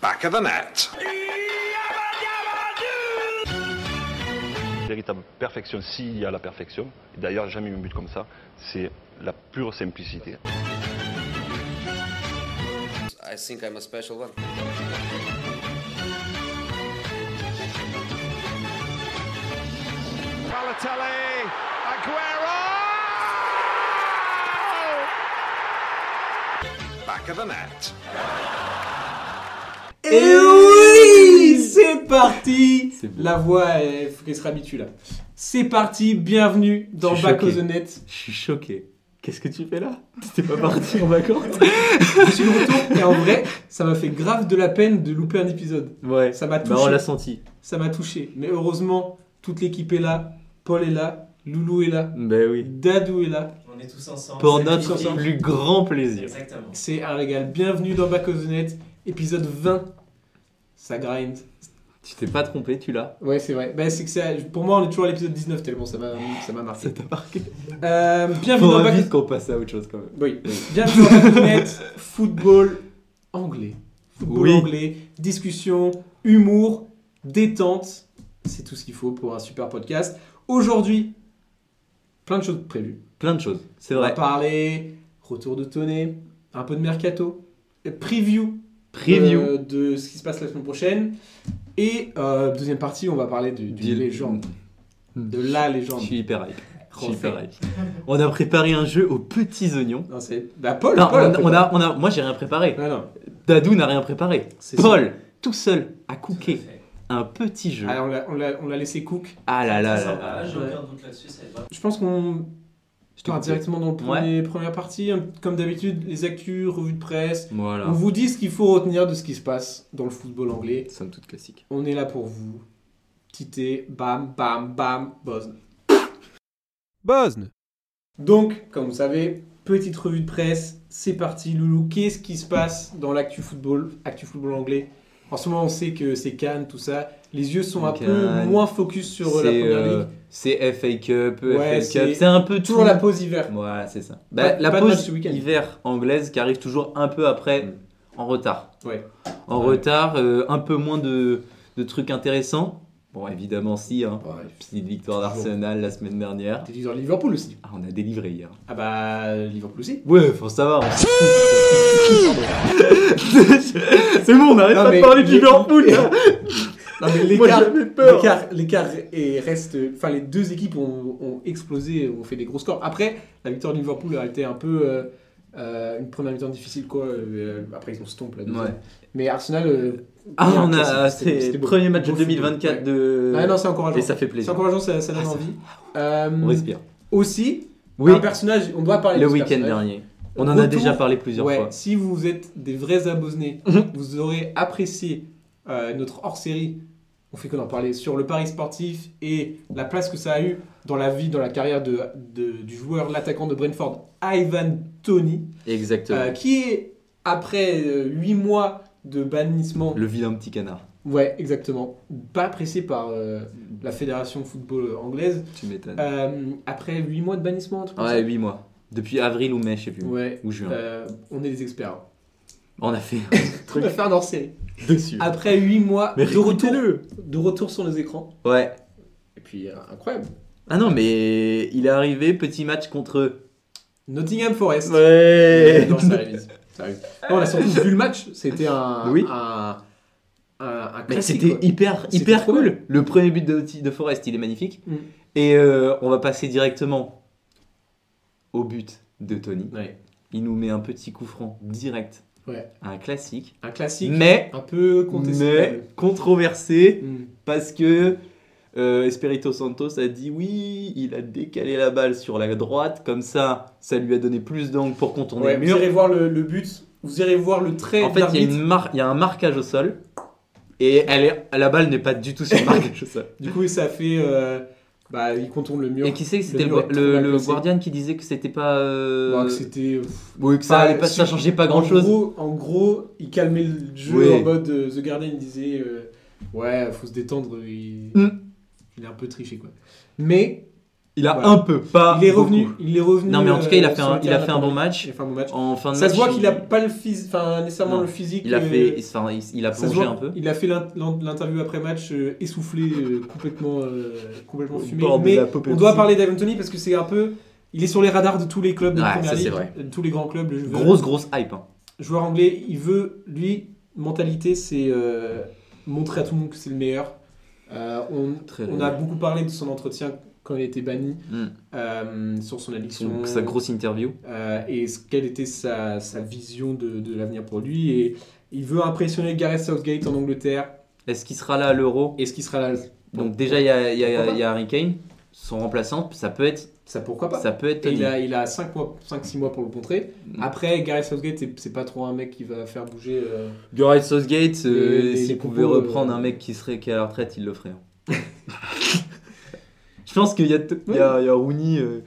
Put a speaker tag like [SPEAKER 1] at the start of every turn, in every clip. [SPEAKER 1] back of the net.
[SPEAKER 2] Véritable perfection, s'il y a la perfection, d'ailleurs j'ai jamais eu un but comme ça, c'est la pure simplicité.
[SPEAKER 3] I think I'm a special one.
[SPEAKER 4] Balotelli, Aguero!
[SPEAKER 1] Back of the net.
[SPEAKER 5] Et Eh oui C'est parti La voix, il faut qu'elle se réhabitue là. C'est parti, bienvenue dans
[SPEAKER 6] Je suis
[SPEAKER 5] Back of
[SPEAKER 6] choqué.
[SPEAKER 5] the Net.
[SPEAKER 6] Je suis choqué. Qu'est-ce que tu fais là T'étais pas parti en vacances
[SPEAKER 5] Je suis de retour et en vrai, ça m'a fait grave de la peine de louper un épisode.
[SPEAKER 6] Ouais.
[SPEAKER 5] Ça m'a touché.
[SPEAKER 6] Bah on l'a senti.
[SPEAKER 5] Ça m'a touché. Mais heureusement, toute l'équipe est là. Paul est là. Loulou est là.
[SPEAKER 6] Bah oui.
[SPEAKER 5] Dadou est là.
[SPEAKER 7] On est tous ensemble.
[SPEAKER 6] Pour
[SPEAKER 5] C'est
[SPEAKER 6] notre
[SPEAKER 5] difficile.
[SPEAKER 6] plus grand plaisir.
[SPEAKER 7] Exactement.
[SPEAKER 5] C'est un régal. Bienvenue dans Back of the Net, épisode 20. Ça grind.
[SPEAKER 6] Tu t'es pas trompé, tu l'as.
[SPEAKER 5] Ouais, c'est vrai. Bah, c'est que ça, pour moi, on est toujours à l'épisode 19 tellement ça m'a ça m'a marqué.
[SPEAKER 6] Ça t'a marqué.
[SPEAKER 5] Euh, bienvenue dans
[SPEAKER 6] Faudra
[SPEAKER 5] Back of
[SPEAKER 6] vite qu'on passe à autre chose quand même.
[SPEAKER 5] Oui. Bienvenue dans Internet, football anglais. Football
[SPEAKER 6] Oui.
[SPEAKER 5] anglais, discussion, humour, détente. C'est tout ce qu'il faut pour un super podcast. Aujourd'hui, plein de choses prévues.
[SPEAKER 6] Plein de choses. C'est
[SPEAKER 5] On va
[SPEAKER 6] vrai.
[SPEAKER 5] parler retour de Tonnet, un peu de mercato, euh, preview,
[SPEAKER 6] Preview.
[SPEAKER 5] euh, de ce qui se passe la semaine prochaine. Et euh, deuxième partie, on va parler du- d'une
[SPEAKER 6] Deal.
[SPEAKER 5] légende,
[SPEAKER 6] Mm.
[SPEAKER 5] de la
[SPEAKER 6] Je
[SPEAKER 5] légende.
[SPEAKER 6] suis hyper hype. Je suis
[SPEAKER 5] Refait.
[SPEAKER 6] hyper hype. On a préparé un jeu aux petits oignons.
[SPEAKER 5] Non, c'est bah, Paul.
[SPEAKER 6] Non, on
[SPEAKER 5] Paul
[SPEAKER 6] a, on a, on a- moi j'ai rien préparé.
[SPEAKER 5] Non, non.
[SPEAKER 6] Dadou n'a rien préparé.
[SPEAKER 5] c'est
[SPEAKER 6] Paul, tout seul, a cooké
[SPEAKER 7] Tout à fait.
[SPEAKER 6] un petit jeu.
[SPEAKER 5] ça. Ah, on l'a- on l'a on l'a laissé cook.
[SPEAKER 6] Ah là là
[SPEAKER 7] C'est
[SPEAKER 6] là
[SPEAKER 7] sympa,
[SPEAKER 6] là.
[SPEAKER 7] J'ai
[SPEAKER 5] ouais.
[SPEAKER 7] aucun doute là-dessus, ça va être vraiment-
[SPEAKER 5] Je pense qu'on
[SPEAKER 6] Je te
[SPEAKER 5] part
[SPEAKER 6] coupe.
[SPEAKER 5] directement dans le premier, première partie. hein. Comme d'habitude, les actus, revues de presse.
[SPEAKER 6] Voilà.
[SPEAKER 5] On vous dit ce qu'il faut retenir de ce qui se passe dans le football anglais.
[SPEAKER 6] Somme toute classique.
[SPEAKER 5] On est là pour vous. Tité, bam, bam, bam, Bosn.
[SPEAKER 4] Bosn.
[SPEAKER 5] Donc, comme vous savez, petite revue de presse. C'est parti, Loulou. Qu'est-ce qui se passe dans l'actu football, actu football anglais En ce moment, on sait que c'est Cannes, tout ça. Les yeux sont un peu
[SPEAKER 6] Cannes.
[SPEAKER 5] moins focus sur la
[SPEAKER 6] C'est,
[SPEAKER 5] première
[SPEAKER 6] euh,
[SPEAKER 5] ligue.
[SPEAKER 6] C'est FA Cup,
[SPEAKER 5] Ouais,
[SPEAKER 6] FA
[SPEAKER 5] c'est
[SPEAKER 6] Cup, c'est un peu
[SPEAKER 5] Toujours
[SPEAKER 6] tout.
[SPEAKER 5] la pause hiver.
[SPEAKER 6] Voilà, c'est ça.
[SPEAKER 5] Pas-
[SPEAKER 6] Bah, la
[SPEAKER 5] pas de match
[SPEAKER 6] pause
[SPEAKER 5] ce week-end.
[SPEAKER 6] hiver anglaise qui arrive toujours un peu après,
[SPEAKER 5] Mm.
[SPEAKER 6] en retard.
[SPEAKER 5] Ouais.
[SPEAKER 6] En
[SPEAKER 5] Ouais.
[SPEAKER 6] retard, euh, un peu moins de, de trucs intéressants. Bon, évidemment, si. Hein.
[SPEAKER 5] Ouais,
[SPEAKER 6] Petite victoire
[SPEAKER 5] Toujours.
[SPEAKER 6] d'Arsenal la semaine dernière.
[SPEAKER 5] T'es dans Liverpool aussi.
[SPEAKER 6] Ah, on a délivré hier.
[SPEAKER 5] Ah bah, Liverpool aussi.
[SPEAKER 6] Ouais, faut savoir. hein. c'est bon, on arrête
[SPEAKER 5] Non,
[SPEAKER 6] pas
[SPEAKER 5] mais-
[SPEAKER 6] de parler de Liverpool. là.
[SPEAKER 5] Non mais
[SPEAKER 6] Moi,
[SPEAKER 5] l'écart,
[SPEAKER 6] j'avais peur.
[SPEAKER 5] l'écart, l'écart est- reste. Enfin, les deux équipes ont, ont explosé, ont fait des gros scores. Après, la victoire de Liverpool a été un peu euh, euh, une première victoire difficile, quoi. euh, après, ils ont stompé la deuxième.
[SPEAKER 6] Ouais.
[SPEAKER 5] Mais Arsenal. euh,
[SPEAKER 6] Ah,
[SPEAKER 5] merde,
[SPEAKER 6] on
[SPEAKER 5] c'était- c'était-
[SPEAKER 6] a. C'est
[SPEAKER 5] c'était
[SPEAKER 6] le
[SPEAKER 5] beau.
[SPEAKER 6] premier match de
[SPEAKER 5] Beau football,
[SPEAKER 6] 2024
[SPEAKER 5] ouais.
[SPEAKER 6] de.
[SPEAKER 5] Ah non, c'est encourageant.
[SPEAKER 6] Et ça
[SPEAKER 5] C'est
[SPEAKER 6] fait plaisir.
[SPEAKER 5] encourageant, ça, ça donne
[SPEAKER 6] Ah, ça-
[SPEAKER 5] envie. Euh,
[SPEAKER 6] On respire.
[SPEAKER 5] Aussi,
[SPEAKER 6] Oui,
[SPEAKER 5] un personnage. On doit parler
[SPEAKER 6] le
[SPEAKER 5] de ce
[SPEAKER 6] week-end
[SPEAKER 5] personnage.
[SPEAKER 6] dernier. On en a
[SPEAKER 5] Retour-
[SPEAKER 6] déjà parlé plusieurs
[SPEAKER 5] Ouais,
[SPEAKER 6] fois. Mhm.
[SPEAKER 5] si vous êtes des vrais abonnés, vous aurez apprécié euh, notre hors-série. On fait que d'en parler sur le pari sportif et la place que ça a eu dans la vie, dans la carrière de, de- du joueur, l'attaquant de Brentford, Ivan Tony,
[SPEAKER 6] Exactement.
[SPEAKER 5] euh, qui est après 8 mois de bannissement,
[SPEAKER 6] Le vilain petit canard.
[SPEAKER 5] ouais exactement, pas apprécié par euh, la fédération football anglaise,
[SPEAKER 6] Tu m'étonnes.
[SPEAKER 5] Euh, après 8 mois de bannissement, un truc comme
[SPEAKER 6] ouais, 8 mois. Depuis avril ou mai, je sais plus.
[SPEAKER 5] ça. ouais.
[SPEAKER 6] Ou juin.
[SPEAKER 5] euh, on est des experts. hein.
[SPEAKER 6] On a fait
[SPEAKER 5] On va faire un hors-série.
[SPEAKER 6] dessus.
[SPEAKER 5] Après 8 mois
[SPEAKER 6] Mais
[SPEAKER 5] de retour,
[SPEAKER 6] réécoutez-le.
[SPEAKER 5] de retour sur les écrans.
[SPEAKER 6] Ouais.
[SPEAKER 5] Et puis, euh, incroyable.
[SPEAKER 6] Ah non, mais il est arrivé, petit match contre eux.
[SPEAKER 5] Nottingham Forest.
[SPEAKER 6] Ouais.
[SPEAKER 5] Non, ça réalise. Ça réalise. Non, on a surtout vu le match. C'était un,
[SPEAKER 6] Oui.
[SPEAKER 5] un, un, un
[SPEAKER 6] Mais
[SPEAKER 5] classique.
[SPEAKER 6] c'était
[SPEAKER 5] quoi.
[SPEAKER 6] hyper,
[SPEAKER 5] C'était
[SPEAKER 6] hyper
[SPEAKER 5] trop
[SPEAKER 6] cool.
[SPEAKER 5] bien.
[SPEAKER 6] Le premier but de, de Forest, il est magnifique.
[SPEAKER 5] Mm.
[SPEAKER 6] Et euh, on va passer directement au but de Tony.
[SPEAKER 5] Ouais.
[SPEAKER 6] Il nous met un petit coup franc direct.
[SPEAKER 5] Ouais.
[SPEAKER 6] Un classique.
[SPEAKER 5] Un classique
[SPEAKER 6] Mais,
[SPEAKER 5] un peu
[SPEAKER 6] mais
[SPEAKER 5] contesté.
[SPEAKER 6] controversé.
[SPEAKER 5] Mm.
[SPEAKER 6] parce que euh, Espirito Santos a dit oui, il a décalé la balle sur la droite, comme ça, ça lui a donné plus d'angle pour contourner
[SPEAKER 5] Ouais,
[SPEAKER 6] le
[SPEAKER 5] vous
[SPEAKER 6] mur.
[SPEAKER 5] irez voir le, le but. Vous irez voir le trait
[SPEAKER 6] En fait, il y, a
[SPEAKER 5] d'arbitre.
[SPEAKER 6] une mar- il y a un marquage au sol, et elle est... la balle n'est pas du tout sur le marquage au sol.
[SPEAKER 5] Du coup, ça fait. euh, bah, il contourne le mur.
[SPEAKER 6] Et qui sait que c'était
[SPEAKER 5] Le
[SPEAKER 6] le,
[SPEAKER 5] mur est
[SPEAKER 6] le-
[SPEAKER 5] trop mal
[SPEAKER 6] le
[SPEAKER 5] placé.
[SPEAKER 6] Guardian qui disait que c'était pas. euh,
[SPEAKER 5] Bon, que c'était.
[SPEAKER 6] oui, que ça, allait pas, ça changeait pas grand
[SPEAKER 5] Bah, en
[SPEAKER 6] chose.
[SPEAKER 5] Gros, en gros, il calmait le jeu
[SPEAKER 6] Oui.
[SPEAKER 5] en mode euh, The Guardian il disait euh, Ouais, faut se détendre, il,
[SPEAKER 6] Mm.
[SPEAKER 5] il a un peu triché quoi. Mais
[SPEAKER 6] Il a
[SPEAKER 5] Voilà.
[SPEAKER 6] un peu, pas.
[SPEAKER 5] il est revenu,
[SPEAKER 6] Ah, beaucoup.
[SPEAKER 5] il est revenu.
[SPEAKER 6] Non, mais en tout cas, il a fait
[SPEAKER 5] euh, sur
[SPEAKER 6] un,
[SPEAKER 5] le
[SPEAKER 6] il a
[SPEAKER 5] terrain
[SPEAKER 6] fait un bon
[SPEAKER 5] d'avant.
[SPEAKER 6] match.
[SPEAKER 5] Il a fait un bon match.
[SPEAKER 6] En fin de
[SPEAKER 5] Ça se
[SPEAKER 6] match,
[SPEAKER 5] voit qu'il a pas le phys... enfin, nécessairement
[SPEAKER 6] Non.
[SPEAKER 5] le physique.
[SPEAKER 6] Il a
[SPEAKER 5] euh,
[SPEAKER 6] fait, enfin, il, il a
[SPEAKER 5] ça se
[SPEAKER 6] plongé
[SPEAKER 5] voit,
[SPEAKER 6] un peu.
[SPEAKER 5] Il a fait l'in- l'in- l'interview après match euh, essoufflé, euh, complètement, euh, complètement
[SPEAKER 6] Au
[SPEAKER 5] fumé.
[SPEAKER 6] bord de
[SPEAKER 5] Mais
[SPEAKER 6] la popée
[SPEAKER 5] on doit
[SPEAKER 6] aussi.
[SPEAKER 5] parler d'Ivan Tony parce que c'est un peu, il est sur les radars de tous les clubs de
[SPEAKER 6] Ouais,
[SPEAKER 5] première
[SPEAKER 6] ça, c'est
[SPEAKER 5] ligue,
[SPEAKER 6] vrai.
[SPEAKER 5] de tous les grands clubs. Le
[SPEAKER 6] Grosse, grosse hype. hein.
[SPEAKER 5] joueur anglais, il veut, lui, mentalité, c'est euh, montrer à tout le monde que c'est le meilleur. Euh, on,
[SPEAKER 6] Très
[SPEAKER 5] on
[SPEAKER 6] bien.
[SPEAKER 5] a beaucoup parlé de son entretien quand il a été banni
[SPEAKER 6] Mm.
[SPEAKER 5] euh, sur son addiction.
[SPEAKER 6] Son- Sa grosse interview.
[SPEAKER 5] Euh, et ce- quelle était sa, sa vision de, de l'avenir pour lui. Et il veut impressionner Gareth Southgate en Angleterre.
[SPEAKER 6] Est-ce qu'il sera là à l'Euro
[SPEAKER 5] Est-ce qu'il sera là
[SPEAKER 6] Donc déjà, il y a, il y a-
[SPEAKER 5] Pourquoi pas
[SPEAKER 6] il y a Harry Kane. Son remplaçant, ça peut être,
[SPEAKER 5] Ça, pourquoi pas
[SPEAKER 6] ça peut être
[SPEAKER 5] Et
[SPEAKER 6] Tony.
[SPEAKER 5] il a, il a 5 mois, 5-6 mois pour le contrer.
[SPEAKER 6] Mm.
[SPEAKER 5] Après, Gareth Southgate, c'est- c'est pas trop un mec qui va faire bouger. euh,
[SPEAKER 6] Gareth Southgate, euh,
[SPEAKER 5] Les- les- les
[SPEAKER 6] s'il pouvait
[SPEAKER 5] propos, euh,
[SPEAKER 6] reprendre un mec qui serait qui est à la retraite, il le ferait. hein. Je pense qu'il y a, t- il y a- il y a Rooney euh,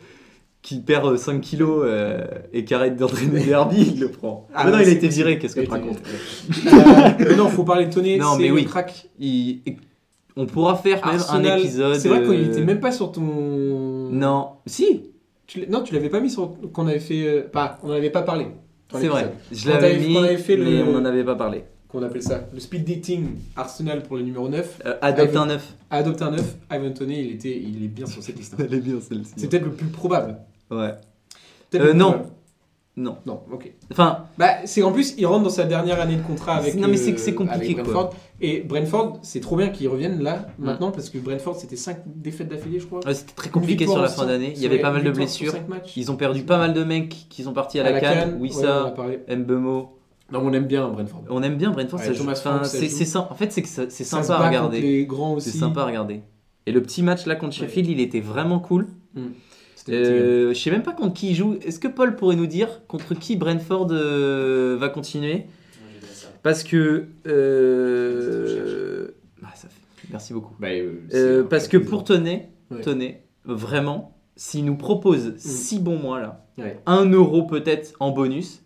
[SPEAKER 6] qui perd euh, 5 kilos euh, et qui arrête d'entraîner Derby, il le prend.
[SPEAKER 5] Ah
[SPEAKER 6] Ah, non,
[SPEAKER 5] ouais,
[SPEAKER 6] il a
[SPEAKER 5] c'est
[SPEAKER 6] été viré, qu'est-ce que tu
[SPEAKER 5] il a été-
[SPEAKER 6] racontes
[SPEAKER 5] Euh, mais non, faut parler de Tony.
[SPEAKER 6] Non,
[SPEAKER 5] c'est
[SPEAKER 6] mais
[SPEAKER 5] le
[SPEAKER 6] oui.
[SPEAKER 5] crack.
[SPEAKER 6] Il- On pourra faire même un
[SPEAKER 5] Arsenal.
[SPEAKER 6] épisode.
[SPEAKER 5] C'est vrai qu'il
[SPEAKER 6] euh,
[SPEAKER 5] était même pas sur ton.
[SPEAKER 6] Non, si,
[SPEAKER 5] Tu l'as- non, tu l'avais pas mis sur. Qu'on avait fait. euh, pas, on en avait pas parlé. dans
[SPEAKER 6] c'est vrai.
[SPEAKER 5] l'épisode.
[SPEAKER 6] Je
[SPEAKER 5] Quand
[SPEAKER 6] l'avais
[SPEAKER 5] t'avais-
[SPEAKER 6] mis,
[SPEAKER 5] quand t'avais fait
[SPEAKER 6] mais
[SPEAKER 5] le-
[SPEAKER 6] on n'en avait pas parlé.
[SPEAKER 5] Qu'on appelle ça. Le speed dating Arsenal pour le numéro 9.
[SPEAKER 6] Euh, adopte
[SPEAKER 5] Ivan-
[SPEAKER 6] un 9.
[SPEAKER 5] Adopte un 9. Ivan Tony, il, était, il est bien sur cette liste. hein.
[SPEAKER 6] Elle est bien celle-ci.
[SPEAKER 5] C'est peut-être le plus probable.
[SPEAKER 6] Ouais.
[SPEAKER 5] Peut-être
[SPEAKER 6] Euh,
[SPEAKER 5] le plus
[SPEAKER 6] non.
[SPEAKER 5] probable.
[SPEAKER 6] Non.
[SPEAKER 5] Non, ok.
[SPEAKER 6] Enfin,
[SPEAKER 5] Bah, c'est en plus, il rentre dans sa dernière année de contrat avec.
[SPEAKER 6] Non, mais c'est
[SPEAKER 5] euh,
[SPEAKER 6] que c'est compliqué, Mm.
[SPEAKER 5] avec Brentford. Et Brentford, c'est trop bien qu'ils reviennent là, maintenant, parce que Brentford, c'était 5 défaites d'affilée, je crois.
[SPEAKER 6] ouais, c'était très
[SPEAKER 5] Une
[SPEAKER 6] compliqué
[SPEAKER 5] victoire
[SPEAKER 6] sur la
[SPEAKER 5] en
[SPEAKER 6] fin
[SPEAKER 5] cinq-
[SPEAKER 6] d'année. Il y
[SPEAKER 5] sur
[SPEAKER 6] avait
[SPEAKER 5] les-
[SPEAKER 6] pas mal
[SPEAKER 5] une
[SPEAKER 6] de
[SPEAKER 5] victoire sur
[SPEAKER 6] blessures.
[SPEAKER 5] cinq matchs.
[SPEAKER 6] Ils ont perdu pas mal de mecs qui sont partis à la, canne.
[SPEAKER 5] Cannes, ouais, on en a
[SPEAKER 6] Wissa,
[SPEAKER 5] parlé.
[SPEAKER 6] Mbeumo.
[SPEAKER 5] Non, Bah, on aime bien Brentford. hein.
[SPEAKER 6] On aime bien Brentford.
[SPEAKER 5] Ouais,
[SPEAKER 6] ça joue-
[SPEAKER 5] Thomas
[SPEAKER 6] enfin,
[SPEAKER 5] Frank, ça
[SPEAKER 6] c'est
[SPEAKER 5] joue.
[SPEAKER 6] c'est sym- En fait, c'est que ça- c'est
[SPEAKER 5] Ça se
[SPEAKER 6] sympa à
[SPEAKER 5] bat contre
[SPEAKER 6] regarder.
[SPEAKER 5] Les grands aussi.
[SPEAKER 6] C'est sympa à regarder. Et le petit match là contre
[SPEAKER 5] Ouais.
[SPEAKER 6] Sheffield, il était vraiment cool.
[SPEAKER 5] C'était terrible.
[SPEAKER 6] Euh, je sais même pas contre qui il joue. Est-ce que Paul pourrait nous dire contre qui Brentford euh, va continuer Parce que. euh, ah, ça fait- Merci beaucoup.
[SPEAKER 5] Bah,
[SPEAKER 6] Euh, parce que pour Tonnet,
[SPEAKER 5] hein, Ouais. Mm.
[SPEAKER 6] Tonnet, vraiment, s'il nous propose 6 bons mois là,
[SPEAKER 5] Ouais.
[SPEAKER 6] 1 euro peut-être en bonus,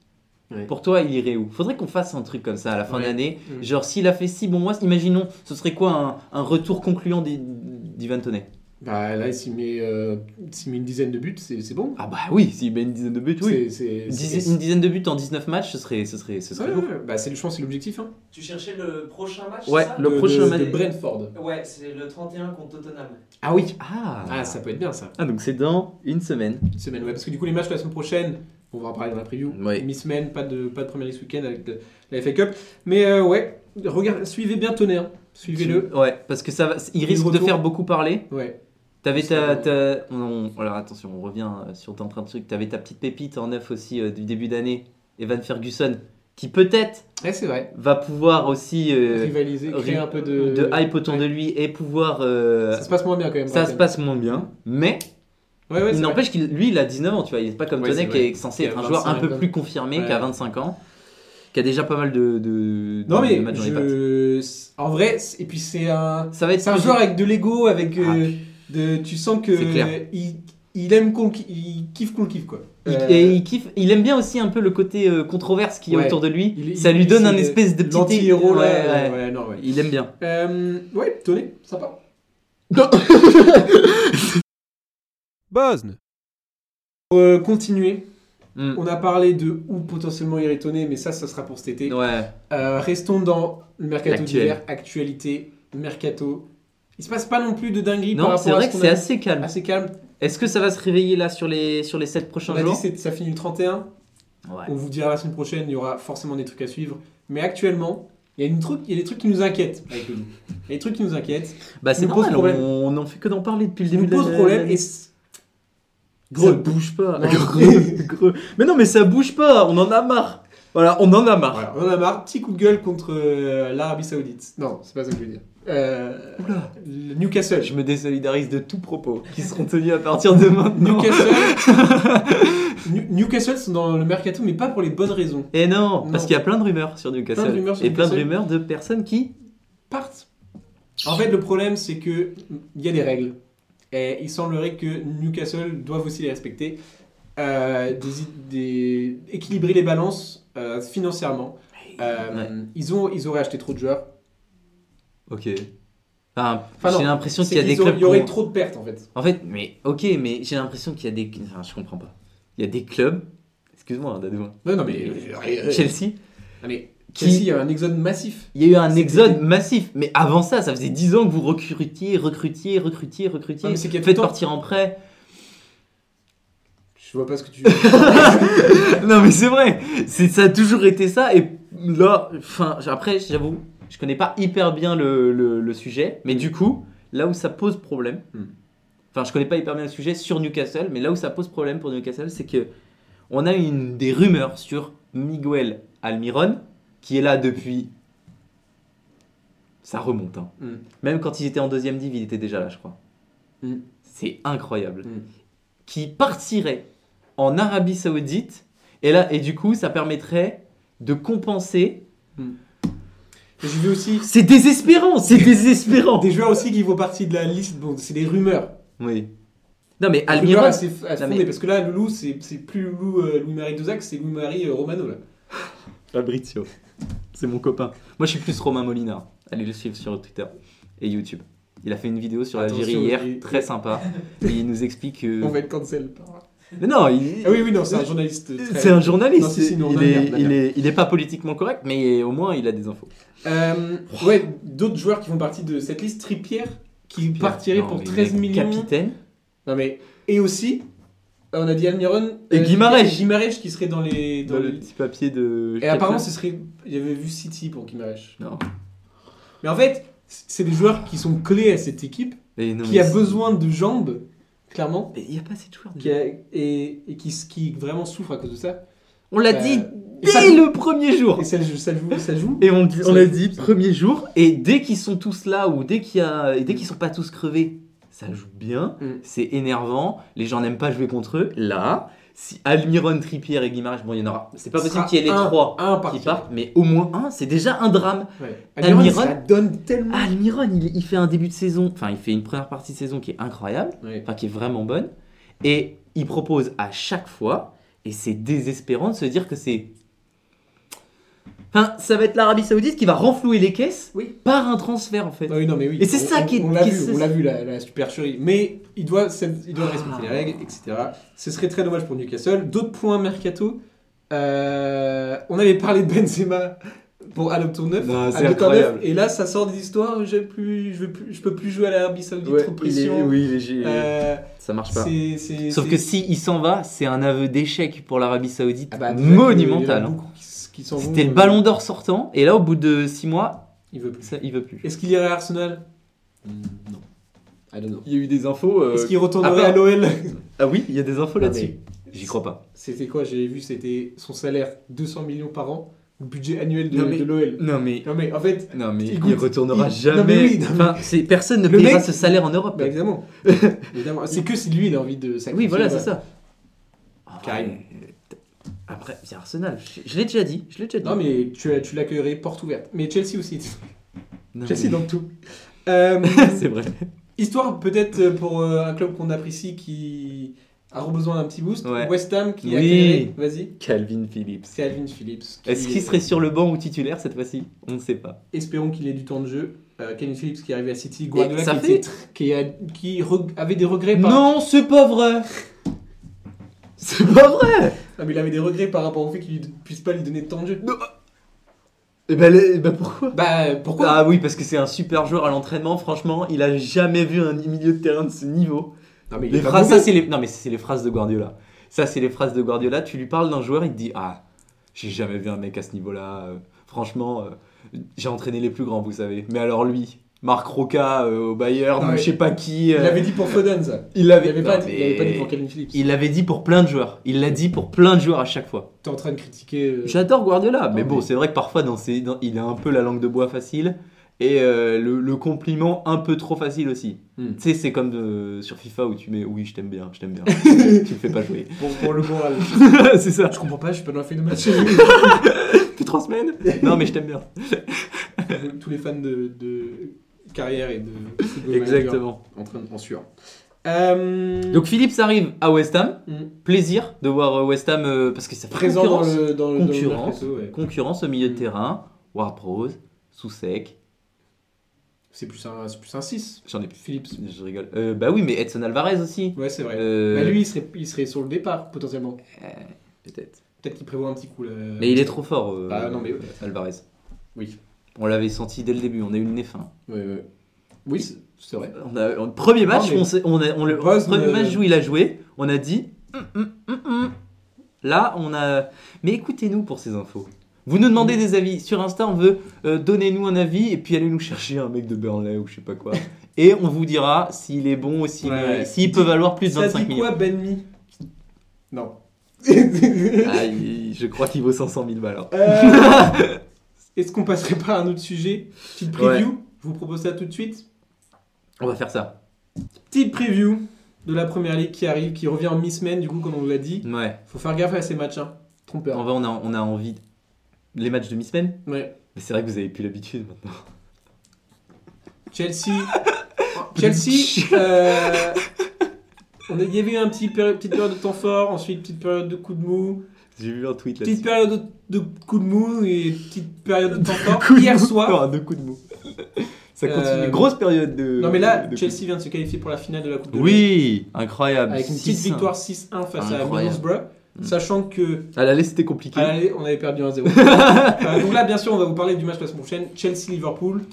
[SPEAKER 5] Ouais.
[SPEAKER 6] pour toi il irait où Faudrait qu'on fasse un truc comme ça à la fin
[SPEAKER 5] Ouais.
[SPEAKER 6] d'année.
[SPEAKER 5] Mm.
[SPEAKER 6] Genre s'il a fait 6 bons mois, imaginons, ce serait quoi un, un retour concluant d'I- d'Ivan Tonnet
[SPEAKER 5] Bah, là, s'il met, euh, s'il met une dizaine de buts, c'est c'est bon.
[SPEAKER 6] Ah bah oui, s'il met une dizaine de buts, oui.
[SPEAKER 5] C'est- c'est-
[SPEAKER 6] Une
[SPEAKER 5] c'est-
[SPEAKER 6] dizaine- une dizaine de buts en 19 matchs, ce serait, ce serait, ce
[SPEAKER 5] Ouais,
[SPEAKER 6] serait
[SPEAKER 5] ouais,
[SPEAKER 6] lourd.
[SPEAKER 5] ouais. Bah, c'est- je pense que c'est l'objectif. Hein.
[SPEAKER 7] Tu cherchais le prochain match
[SPEAKER 6] Ouais,
[SPEAKER 7] c'est ça
[SPEAKER 6] le
[SPEAKER 5] de,
[SPEAKER 6] prochain
[SPEAKER 5] de-
[SPEAKER 6] match-
[SPEAKER 5] de Brentford.
[SPEAKER 7] Ouais, c'est le 31 contre Tottenham.
[SPEAKER 5] Ah oui.
[SPEAKER 6] Ah.
[SPEAKER 5] Ah, ça peut être bien ça.
[SPEAKER 6] Ah, donc c'est dans une semaine.
[SPEAKER 5] Une semaine, ouais. Parce que du coup, les matchs la semaine prochaine, on va en parler dans la preview.
[SPEAKER 6] Ouais.
[SPEAKER 5] Mi-semaine, pas de, pas de première ligue ce week-end avec de- la FA Cup. Mais euh, ouais, regarde, suivez bien Tonnet. hein. Suivez-le.
[SPEAKER 6] Ouais, parce que ça va, il risque de
[SPEAKER 5] retour.
[SPEAKER 6] faire beaucoup parler.
[SPEAKER 5] Ouais.
[SPEAKER 6] T'avais
[SPEAKER 5] Parce
[SPEAKER 6] ta,
[SPEAKER 5] que-
[SPEAKER 6] ta- on- on- alors attention, on revient euh, sur ton train de truc. T'avais ta petite pépite en neuf aussi euh, du début d'année, Evan Ferguson, qui peut-être
[SPEAKER 5] Ouais, c'est vrai.
[SPEAKER 6] va pouvoir aussi euh,
[SPEAKER 5] Rivaliser, créer
[SPEAKER 6] ri-
[SPEAKER 5] un peu de.
[SPEAKER 6] de hype autour
[SPEAKER 5] Ouais.
[SPEAKER 6] de lui et pouvoir. euh,
[SPEAKER 5] Ça se passe moins bien quand même.
[SPEAKER 6] ça se
[SPEAKER 5] Brighton.
[SPEAKER 6] passe moins bien, mais
[SPEAKER 5] Ouais, ouais,
[SPEAKER 6] il
[SPEAKER 5] c'est vrai.
[SPEAKER 6] n'empêche qu'il, lui, il a 19 ans, tu vois. Il est pas comme
[SPEAKER 5] Ouais,
[SPEAKER 6] Tonnet
[SPEAKER 5] c'est
[SPEAKER 6] qui
[SPEAKER 5] vrai.
[SPEAKER 6] est censé
[SPEAKER 5] Il a
[SPEAKER 6] être un joueur un
[SPEAKER 5] 25
[SPEAKER 6] peu
[SPEAKER 5] ans.
[SPEAKER 6] plus confirmé
[SPEAKER 5] Ouais.
[SPEAKER 6] qui a 25 ans, qui a déjà pas mal de, de,
[SPEAKER 5] Non
[SPEAKER 6] de
[SPEAKER 5] mais
[SPEAKER 6] matchs dans les pattes.
[SPEAKER 5] je... en vrai c'est- et puis c'est un
[SPEAKER 6] Ça va être
[SPEAKER 5] c'est un
[SPEAKER 6] plus-
[SPEAKER 5] joueur avec de l'ego avec
[SPEAKER 6] Ah,
[SPEAKER 5] euh, de tu sens que
[SPEAKER 6] C'est clair.
[SPEAKER 5] il il aime qu'on le ki- il kiffe qu'on le kiffe quoi.
[SPEAKER 6] Il-
[SPEAKER 5] Euh,
[SPEAKER 6] Et il kiffe, il aime bien aussi un peu le côté euh, controverse qu'il y a
[SPEAKER 5] Ouais.
[SPEAKER 6] autour de lui.
[SPEAKER 5] il-
[SPEAKER 6] ça
[SPEAKER 5] il-
[SPEAKER 6] lui donne
[SPEAKER 5] c'est
[SPEAKER 6] un espèce de petit
[SPEAKER 5] l'anti-héros là.
[SPEAKER 6] Ouais, ouais.
[SPEAKER 5] euh, ouais, non, ouais.
[SPEAKER 6] Il aime bien.
[SPEAKER 5] Euh, ouais, Tony, sympa.
[SPEAKER 4] Buzz
[SPEAKER 5] Pour euh, continuer,
[SPEAKER 6] Mm.
[SPEAKER 5] on a paré de où potentiellement irait Tony, mais ça, ça sera pour cet été.
[SPEAKER 6] Ouais.
[SPEAKER 5] Euh, restons dans le mercato
[SPEAKER 6] L'actuel.
[SPEAKER 5] d'hiver, actualité, mercato. Il se passe pas non plus de dinguerie par
[SPEAKER 6] Non,
[SPEAKER 5] rapport
[SPEAKER 6] c'est
[SPEAKER 5] à
[SPEAKER 6] vrai
[SPEAKER 5] ce
[SPEAKER 6] que
[SPEAKER 5] qu'on
[SPEAKER 6] c'est
[SPEAKER 5] a- Ah.
[SPEAKER 6] assez calme.
[SPEAKER 5] assez calme.
[SPEAKER 6] Est-ce que ça va se réveiller là sur les sur les 7
[SPEAKER 5] On
[SPEAKER 6] prochains
[SPEAKER 5] a dit
[SPEAKER 6] jours
[SPEAKER 5] c'est- ça finit le 31.
[SPEAKER 6] Ouais.
[SPEAKER 5] On vous dira la semaine prochaine, il y aura forcément des trucs à suivre. Mais actuellement, il y a, une truc, il y a des trucs qui nous inquiètent avec le loup. Il y a des trucs qui nous inquiètent,
[SPEAKER 6] Bah c'est
[SPEAKER 5] nous pose
[SPEAKER 6] normal,
[SPEAKER 5] problème.
[SPEAKER 6] on n'en fait que d'en parler depuis le
[SPEAKER 5] qui
[SPEAKER 6] début
[SPEAKER 5] nous
[SPEAKER 6] de
[SPEAKER 5] posent
[SPEAKER 6] la-
[SPEAKER 5] problème. Et c'est-
[SPEAKER 6] Greux,
[SPEAKER 5] Ça-
[SPEAKER 6] bouge pas.
[SPEAKER 5] Non.
[SPEAKER 6] Greux, greux. Mais non, mais ça bouge pas, on en a marre. Voilà, on en a
[SPEAKER 5] voilà,
[SPEAKER 6] marre.
[SPEAKER 5] on en a marre. Petit coup de gueule contre euh, l'Arabie Saoudite. Non, c'est pas ça que je veux dire. Euh, le Newcastle.
[SPEAKER 6] Je me désolidarise de tout propos qui seront tenus à partir de maintenant.
[SPEAKER 5] Newcastle. New- Newcastle sont dans le mercato, mais pas pour les bonnes raisons.
[SPEAKER 6] Et Eh non,
[SPEAKER 5] Non.
[SPEAKER 6] parce qu'il y a plein de rumeurs sur Newcastle.
[SPEAKER 5] Plein de rumeurs sur
[SPEAKER 6] et plein de
[SPEAKER 5] Newcastle.
[SPEAKER 6] rumeurs de personnes qui.
[SPEAKER 5] Partent. En fait, le problème, c'est que il y a des règles. Et il semblerait que Newcastle doivent aussi les respecter. Euh, des- des- équilibrer les balances euh, financièrement. Euh,
[SPEAKER 6] Ouais.
[SPEAKER 5] ils, ont, ils auraient acheté trop de joueurs.
[SPEAKER 6] Ok. Enfin,
[SPEAKER 5] Enfin,
[SPEAKER 6] j'ai
[SPEAKER 5] non,
[SPEAKER 6] l'impression
[SPEAKER 5] C'est
[SPEAKER 6] qu'il y a des
[SPEAKER 5] qu'ils ont-
[SPEAKER 6] clubs.
[SPEAKER 5] Il y aurait
[SPEAKER 6] qui ont-
[SPEAKER 5] trop de pertes en fait.
[SPEAKER 6] En fait, mais ok, mais j'ai l'impression qu'il y a des. Enfin, je comprends pas. Il y a des clubs. Excuse-moi, hein, Dadou. hein.
[SPEAKER 5] Non, euh, non,
[SPEAKER 6] Chelsea.
[SPEAKER 5] Allez,
[SPEAKER 6] Qui-
[SPEAKER 5] Chelsea, il y a un exode massif.
[SPEAKER 6] Il y a eu un
[SPEAKER 5] C'était-
[SPEAKER 6] exode massif, mais avant ça, ça faisait 10 ans que vous recrutiez, recrutiez, recrutiez, recrutiez.
[SPEAKER 5] Non, mais c'est qu'il y a tout le
[SPEAKER 6] Faites
[SPEAKER 5] temps-
[SPEAKER 6] partir en prêt.
[SPEAKER 5] Je vois pas ce que tu.
[SPEAKER 6] non, mais c'est vrai, c'est, ça a toujours été ça. Et là, enfin, j- après, j'avoue, je connais pas hyper bien le, le- le sujet, mais du coup, là où ça pose problème,
[SPEAKER 5] Mm.
[SPEAKER 6] enfin, je connais pas hyper bien le sujet sur Newcastle, mais là où ça pose problème pour Newcastle, c'est que on a une des rumeurs sur Miguel Almiron, qui est là depuis. Ça remonte, hein.
[SPEAKER 5] Mm.
[SPEAKER 6] Même quand ils étaient en deuxième div, il était déjà là, je crois.
[SPEAKER 5] Mm.
[SPEAKER 6] C'est incroyable.
[SPEAKER 5] Mm.
[SPEAKER 6] Qui partirait en Arabie Saoudite et là et du coup ça permettrait de compenser.
[SPEAKER 5] J'ai vu aussi
[SPEAKER 6] C'est désespérant, c'est désespérant.
[SPEAKER 5] des joueurs aussi qui font partie de la liste. Bon, c'est des rumeurs.
[SPEAKER 6] Oui. Non mais
[SPEAKER 5] Des rumeurs
[SPEAKER 6] Almiron,
[SPEAKER 5] assez, assez
[SPEAKER 6] Ah, Non, mais-
[SPEAKER 5] fondées, parce que là, Loulou, c'est c'est plus Loulou euh, Louis-Marie Dozac, c'est Louis-Marie euh, Romano là.
[SPEAKER 6] Fabrizio, c'est mon copain. Moi je suis plus Romain Molinard. Allez le suivre sur Twitter et YouTube. Il a fait une vidéo sur l'Algérie
[SPEAKER 5] Attention,
[SPEAKER 6] hier,
[SPEAKER 5] il-
[SPEAKER 6] très sympa. Et il nous explique. que-
[SPEAKER 5] On va être cancel. par-
[SPEAKER 6] Mais non, il-
[SPEAKER 5] Ah oui, oui, non, c'est un journaliste. très-
[SPEAKER 6] c'est un journaliste.
[SPEAKER 5] Non, si, si, nous, on
[SPEAKER 6] il,
[SPEAKER 5] a
[SPEAKER 6] est,
[SPEAKER 5] merde, la
[SPEAKER 6] il
[SPEAKER 5] merde.
[SPEAKER 6] est- il est pas politiquement correct, mais au moins il a des infos.
[SPEAKER 5] Euh, ouais, d'autres joueurs qui font partie de cette liste, Tripierre, qui partirait
[SPEAKER 6] Non,
[SPEAKER 5] pour
[SPEAKER 6] mais
[SPEAKER 5] 13
[SPEAKER 6] mec,
[SPEAKER 5] millions.
[SPEAKER 6] Capitaine.
[SPEAKER 5] Non mais et aussi, euh, on a dit Almiron
[SPEAKER 6] Et Guimarães.
[SPEAKER 5] Guimarèche qui serait dans les dans
[SPEAKER 6] Dans le
[SPEAKER 5] les-
[SPEAKER 6] petit papier de.
[SPEAKER 5] Et apparemment, ce serait, il y avait vu City pour Guimarães.
[SPEAKER 6] Non.
[SPEAKER 5] Mais en fait, c'est des joueurs qui sont collés à cette équipe,
[SPEAKER 6] Mais non,
[SPEAKER 5] qui
[SPEAKER 6] mais
[SPEAKER 5] a
[SPEAKER 6] c'est-
[SPEAKER 5] besoin de jambes, clairement,
[SPEAKER 6] Mais il n'y a pas assez de joueurs.
[SPEAKER 5] qui a- et, et qui, qui vraiment souffre à cause de ça.
[SPEAKER 6] On l'a
[SPEAKER 5] Euh,
[SPEAKER 6] dit
[SPEAKER 5] et
[SPEAKER 6] dès
[SPEAKER 5] ça-
[SPEAKER 6] le premier jour.
[SPEAKER 5] Et ça, joue- ça joue, ça joue.
[SPEAKER 6] Et on, dit- on
[SPEAKER 5] ça-
[SPEAKER 6] l'a dit premier jour. Et dès qu'ils sont tous là ou dès qu'il y a, et dès qu'ils sont pas tous crevés, ça joue bien.
[SPEAKER 5] Mm.
[SPEAKER 6] C'est énervant. Les gens n'aiment pas jouer contre eux. Là, si Almiron, Tripierre et Guimarães, bon, il y en aura. C'est pas
[SPEAKER 5] Ce
[SPEAKER 6] possible
[SPEAKER 5] sera
[SPEAKER 6] qu'il y ait les
[SPEAKER 5] un-
[SPEAKER 6] trois
[SPEAKER 5] un
[SPEAKER 6] qui
[SPEAKER 5] parti.
[SPEAKER 6] partent, mais au moins un. C'est déjà un drame.
[SPEAKER 5] Ouais. Almiron,
[SPEAKER 6] Almiron-
[SPEAKER 5] ça donne tellement.
[SPEAKER 6] Ah, Almiron, il, il fait un début de saison, enfin il fait une première partie de saison qui est incroyable,
[SPEAKER 5] Ouais.
[SPEAKER 6] enfin qui est vraiment bonne, et il propose à chaque fois, et c'est désespérant de se dire que c'est... Enfin, ça va être l'Arabie Saoudite qui va renflouer les caisses
[SPEAKER 5] Oui.
[SPEAKER 6] par un transfert en fait.
[SPEAKER 5] Ah oui, non, mais oui.
[SPEAKER 6] Et c'est
[SPEAKER 5] On-
[SPEAKER 6] ça
[SPEAKER 5] on-
[SPEAKER 6] qui est-
[SPEAKER 5] On l'a
[SPEAKER 6] qui
[SPEAKER 5] vu,
[SPEAKER 6] est-
[SPEAKER 5] on l'a vu la, la supercherie. Mais il doit, il doit
[SPEAKER 6] Ah.
[SPEAKER 5] respecter les règles, etc. Ce serait très dommage pour Newcastle. D'autres points mercato. Euh, on avait parlé de Benzema pour à l'Optour 9.
[SPEAKER 6] Non, c'est
[SPEAKER 5] à l'Optour
[SPEAKER 6] incroyable.
[SPEAKER 5] 9, Et là, ça sort des histoires. Je plus, je veux plus, je peux plus jouer à l'Arabie Saoudite trop de pression.
[SPEAKER 6] oui,
[SPEAKER 5] Euh,
[SPEAKER 6] ça marche pas.
[SPEAKER 5] c'est, c'est,
[SPEAKER 6] Sauf
[SPEAKER 5] c'est-
[SPEAKER 6] que si il s'en va, c'est un aveu d'échec pour l'Arabie Saoudite
[SPEAKER 5] Ah bah, déjà que il y en a
[SPEAKER 6] monumental. hein.
[SPEAKER 5] beaucoup qui s- qui s'en vont,
[SPEAKER 6] C'était le
[SPEAKER 5] euh,
[SPEAKER 6] ballon d'or sortant, et là au bout de 6 mois,
[SPEAKER 5] Il veut plus.
[SPEAKER 6] ça, il veut plus.
[SPEAKER 5] Est-ce qu'il irait à Arsenal Non. I don't know.
[SPEAKER 6] Il y a eu des infos.
[SPEAKER 5] Est-ce qu'il retournerait
[SPEAKER 6] à
[SPEAKER 5] à
[SPEAKER 6] part-
[SPEAKER 5] l'OL
[SPEAKER 6] Ah oui, il y a des infos
[SPEAKER 5] Non,
[SPEAKER 6] là-dessus. J'y crois pas.
[SPEAKER 5] C'était quoi J'avais vu, c'était son salaire 200 millions par an, le budget annuel de,
[SPEAKER 6] Non, mais-
[SPEAKER 5] de l'OL.
[SPEAKER 6] Non mais
[SPEAKER 5] Non mais en fait,
[SPEAKER 6] non mais
[SPEAKER 5] Écoute,
[SPEAKER 6] il retournera
[SPEAKER 5] il-
[SPEAKER 6] jamais.
[SPEAKER 5] non, mais oui, non, mais-
[SPEAKER 6] Enfin, c'est- personne ne
[SPEAKER 5] Le
[SPEAKER 6] payera
[SPEAKER 5] mec-
[SPEAKER 6] ce salaire en
[SPEAKER 5] bah,
[SPEAKER 6] Europe.
[SPEAKER 5] évidemment, évidemment. c'est que si lui il a envie de sacrifier.
[SPEAKER 6] oui, voilà, c'est
[SPEAKER 5] ouais.
[SPEAKER 6] ça. Ah,
[SPEAKER 5] Carrément.
[SPEAKER 6] Après, c'est Arsenal. Je, je l'ai déjà dit. Je l'ai déjà dit.
[SPEAKER 5] Non mais tu, as- tu l'accueillerais porte ouverte. Mais Chelsea aussi.
[SPEAKER 6] Non,
[SPEAKER 5] Chelsea
[SPEAKER 6] mais-
[SPEAKER 5] dans tout. Euh,
[SPEAKER 6] c'est vrai.
[SPEAKER 5] histoire peut-être pour euh, un club qu'on apprécie qui a besoin d'un petit boost.
[SPEAKER 6] Ouais.
[SPEAKER 5] West Ham qui
[SPEAKER 6] Oui.
[SPEAKER 5] accueillerait- Vas-y.
[SPEAKER 6] Calvin Phillips.
[SPEAKER 5] C'est Alvin Phillips. qui-
[SPEAKER 6] Est-ce qu'il serait sur le banc ou titulaire cette fois-ci On ne sait pas.
[SPEAKER 5] Espérons qu'il ait du temps de jeu. Euh, Kevin Phillips qui est arrivé à City, Guardiola
[SPEAKER 6] Eh, ça
[SPEAKER 5] qui,
[SPEAKER 6] fait-
[SPEAKER 5] était tr- qui, a- qui re- avait des regrets par
[SPEAKER 6] Non, c'est pas vrai. C'est pas vrai.
[SPEAKER 5] Ah mais il avait des regrets par rapport au fait qu'il ne puisse pas lui donner de temps de jeu. Eh
[SPEAKER 6] Et ben, les- ben pourquoi
[SPEAKER 5] Bah pourquoi
[SPEAKER 6] Ah oui, parce que c'est un super joueur à l'entraînement. Franchement, il a jamais vu un milieu de terrain de ce niveau.
[SPEAKER 5] Non mais il
[SPEAKER 6] Les
[SPEAKER 5] est pas
[SPEAKER 6] phrases,
[SPEAKER 5] mauvais.
[SPEAKER 6] ça c'est les... Non mais c'est les phrases de Guardiola. Ça c'est les phrases de Guardiola. Tu lui parles d'un joueur, il te dit ah j'ai jamais vu un mec à ce niveau-là. Euh, franchement, euh, j'ai entraîné les plus grands, vous savez. Mais alors lui, Marc Roca euh, au Bayern,
[SPEAKER 5] Ah ouais.
[SPEAKER 6] je sais pas qui. euh,
[SPEAKER 5] Il l'avait dit pour Foden ça.
[SPEAKER 6] il
[SPEAKER 5] Il
[SPEAKER 6] l'avait
[SPEAKER 5] l'avait pas,
[SPEAKER 6] Non,
[SPEAKER 5] dit- il
[SPEAKER 6] mais-
[SPEAKER 5] l'avait pas dit pour Kevin Phillips.
[SPEAKER 6] il l'avait dit pour plein de joueurs. Il l'a dit pour plein de joueurs à chaque fois.
[SPEAKER 5] T'es en train de critiquer. euh,
[SPEAKER 6] J'adore Guardiola, mais
[SPEAKER 5] Non,
[SPEAKER 6] bon,
[SPEAKER 5] mais-
[SPEAKER 6] c'est vrai que parfois dans ses... dans- il a un peu la langue de bois facile et euh, le, le compliment un peu trop facile aussi.
[SPEAKER 5] Hmm.
[SPEAKER 6] Tu sais, c'est comme de- sur FIFA où tu mets oui, je t'aime bien, je t'aime bien. tu le fais pas jouer.
[SPEAKER 5] pour, pour le moral.
[SPEAKER 6] c'est ça.
[SPEAKER 5] Je comprends pas, je suis pas dans la feuille de match.
[SPEAKER 6] Depuis trois semaines Non, mais je t'aime bien.
[SPEAKER 5] Tous les fans de, de carrière et de football
[SPEAKER 6] Exactement.
[SPEAKER 5] manager en train de en sueur. Euh,
[SPEAKER 6] Donc Philips arrive à West Ham.
[SPEAKER 5] Mm.
[SPEAKER 6] Plaisir de voir euh, West Ham euh, parce que ça fait
[SPEAKER 5] présent dans
[SPEAKER 6] concurrence.
[SPEAKER 5] le Hmm. dans le dans le
[SPEAKER 6] Concurrence.
[SPEAKER 5] mercato, ouais.
[SPEAKER 6] Concurrence au milieu de
[SPEAKER 5] Mm.
[SPEAKER 6] terrain. Ward Prowse, Soussek,
[SPEAKER 5] C'est plus un, c'est plus un 6.
[SPEAKER 6] J'en ai plus.
[SPEAKER 5] Phillips.
[SPEAKER 6] Je rigole. Euh, bah oui, mais Edson Alvarez aussi.
[SPEAKER 5] Ouais, c'est vrai.
[SPEAKER 6] Euh,
[SPEAKER 5] Bah, lui, il serait, il serait sur le départ, potentiellement.
[SPEAKER 6] Peut-être.
[SPEAKER 5] Peut-être qu'il prévoit un petit coup. Là.
[SPEAKER 6] Mais il est trop fort, euh,
[SPEAKER 5] Ah, non, mais-
[SPEAKER 6] Alvarez.
[SPEAKER 5] Oui.
[SPEAKER 6] On l'avait senti dès le début, on a eu le nez fin.
[SPEAKER 5] Ouais, ouais. Oui, c'est- c'est vrai.
[SPEAKER 6] On a, on- premier match,
[SPEAKER 5] Non, mais-
[SPEAKER 6] on s'est- on a- on le,
[SPEAKER 5] Bosne,
[SPEAKER 6] premier
[SPEAKER 5] euh,
[SPEAKER 6] match où il a joué, on a dit. Hum, hum, hum, hum. Là, on a. Mais écoutez-nous pour ces infos. Vous nous demandez des avis. Sur Insta, on veut euh, donnez-nous un avis et puis allez nous chercher un mec de Burnley ou je sais pas quoi. et on vous dira s'il est bon ou s'il
[SPEAKER 5] Ouais.
[SPEAKER 6] est- s'il peut valoir plus de
[SPEAKER 5] Ça
[SPEAKER 6] 25
[SPEAKER 5] dit
[SPEAKER 6] millions.
[SPEAKER 5] quoi, Ben Benmi Non.
[SPEAKER 6] Ah, il- je crois qu'il vaut 500 000 balles. alors.
[SPEAKER 5] Euh, Est-ce qu'on passerait pas à un autre sujet Petite preview Je vous propose ça tout de suite.
[SPEAKER 6] On va faire ça.
[SPEAKER 5] Petite preview de la première ligue qui arrive, qui revient en mi-semaine, du coup, comme on vous l'a dit.
[SPEAKER 6] Ouais.
[SPEAKER 5] Faut faire gaffe à ces matchs, hein.
[SPEAKER 6] En
[SPEAKER 5] Trompeur.
[SPEAKER 6] vrai, on a, on a envie. Les matchs de mi-semaine
[SPEAKER 5] Ouais.
[SPEAKER 6] Mais c'est vrai que vous avez plus l'habitude maintenant.
[SPEAKER 5] Chelsea. Chelsea. euh, on a- Il y avait eu un petit péri- petite période de temps fort, ensuite petite période de coup de mou,
[SPEAKER 6] J'ai vu un tweet là-dessus.
[SPEAKER 5] petite période de, de coup de mou et petite période de temps fort. Hier soir,
[SPEAKER 6] Deux coups de mou. Ça continue.
[SPEAKER 5] Euh,
[SPEAKER 6] Grosse période de.
[SPEAKER 5] non mais là,
[SPEAKER 6] de- de-
[SPEAKER 5] Chelsea vient de se qualifier pour la finale de la Coupe de l'Europe.
[SPEAKER 6] Oui, incroyable.
[SPEAKER 5] avec une petite
[SPEAKER 6] 6-1.
[SPEAKER 5] victoire 6-1 face à
[SPEAKER 6] Incroyable.
[SPEAKER 5] Middlesbrough,
[SPEAKER 6] Mm.
[SPEAKER 5] sachant que
[SPEAKER 6] À l'aller, c'était compliqué.
[SPEAKER 5] à l'aller, on avait perdu 1-0. Euh, donc là, bien sûr, on va vous parler du match la semaine prochaine, Chelsea-Liverpool.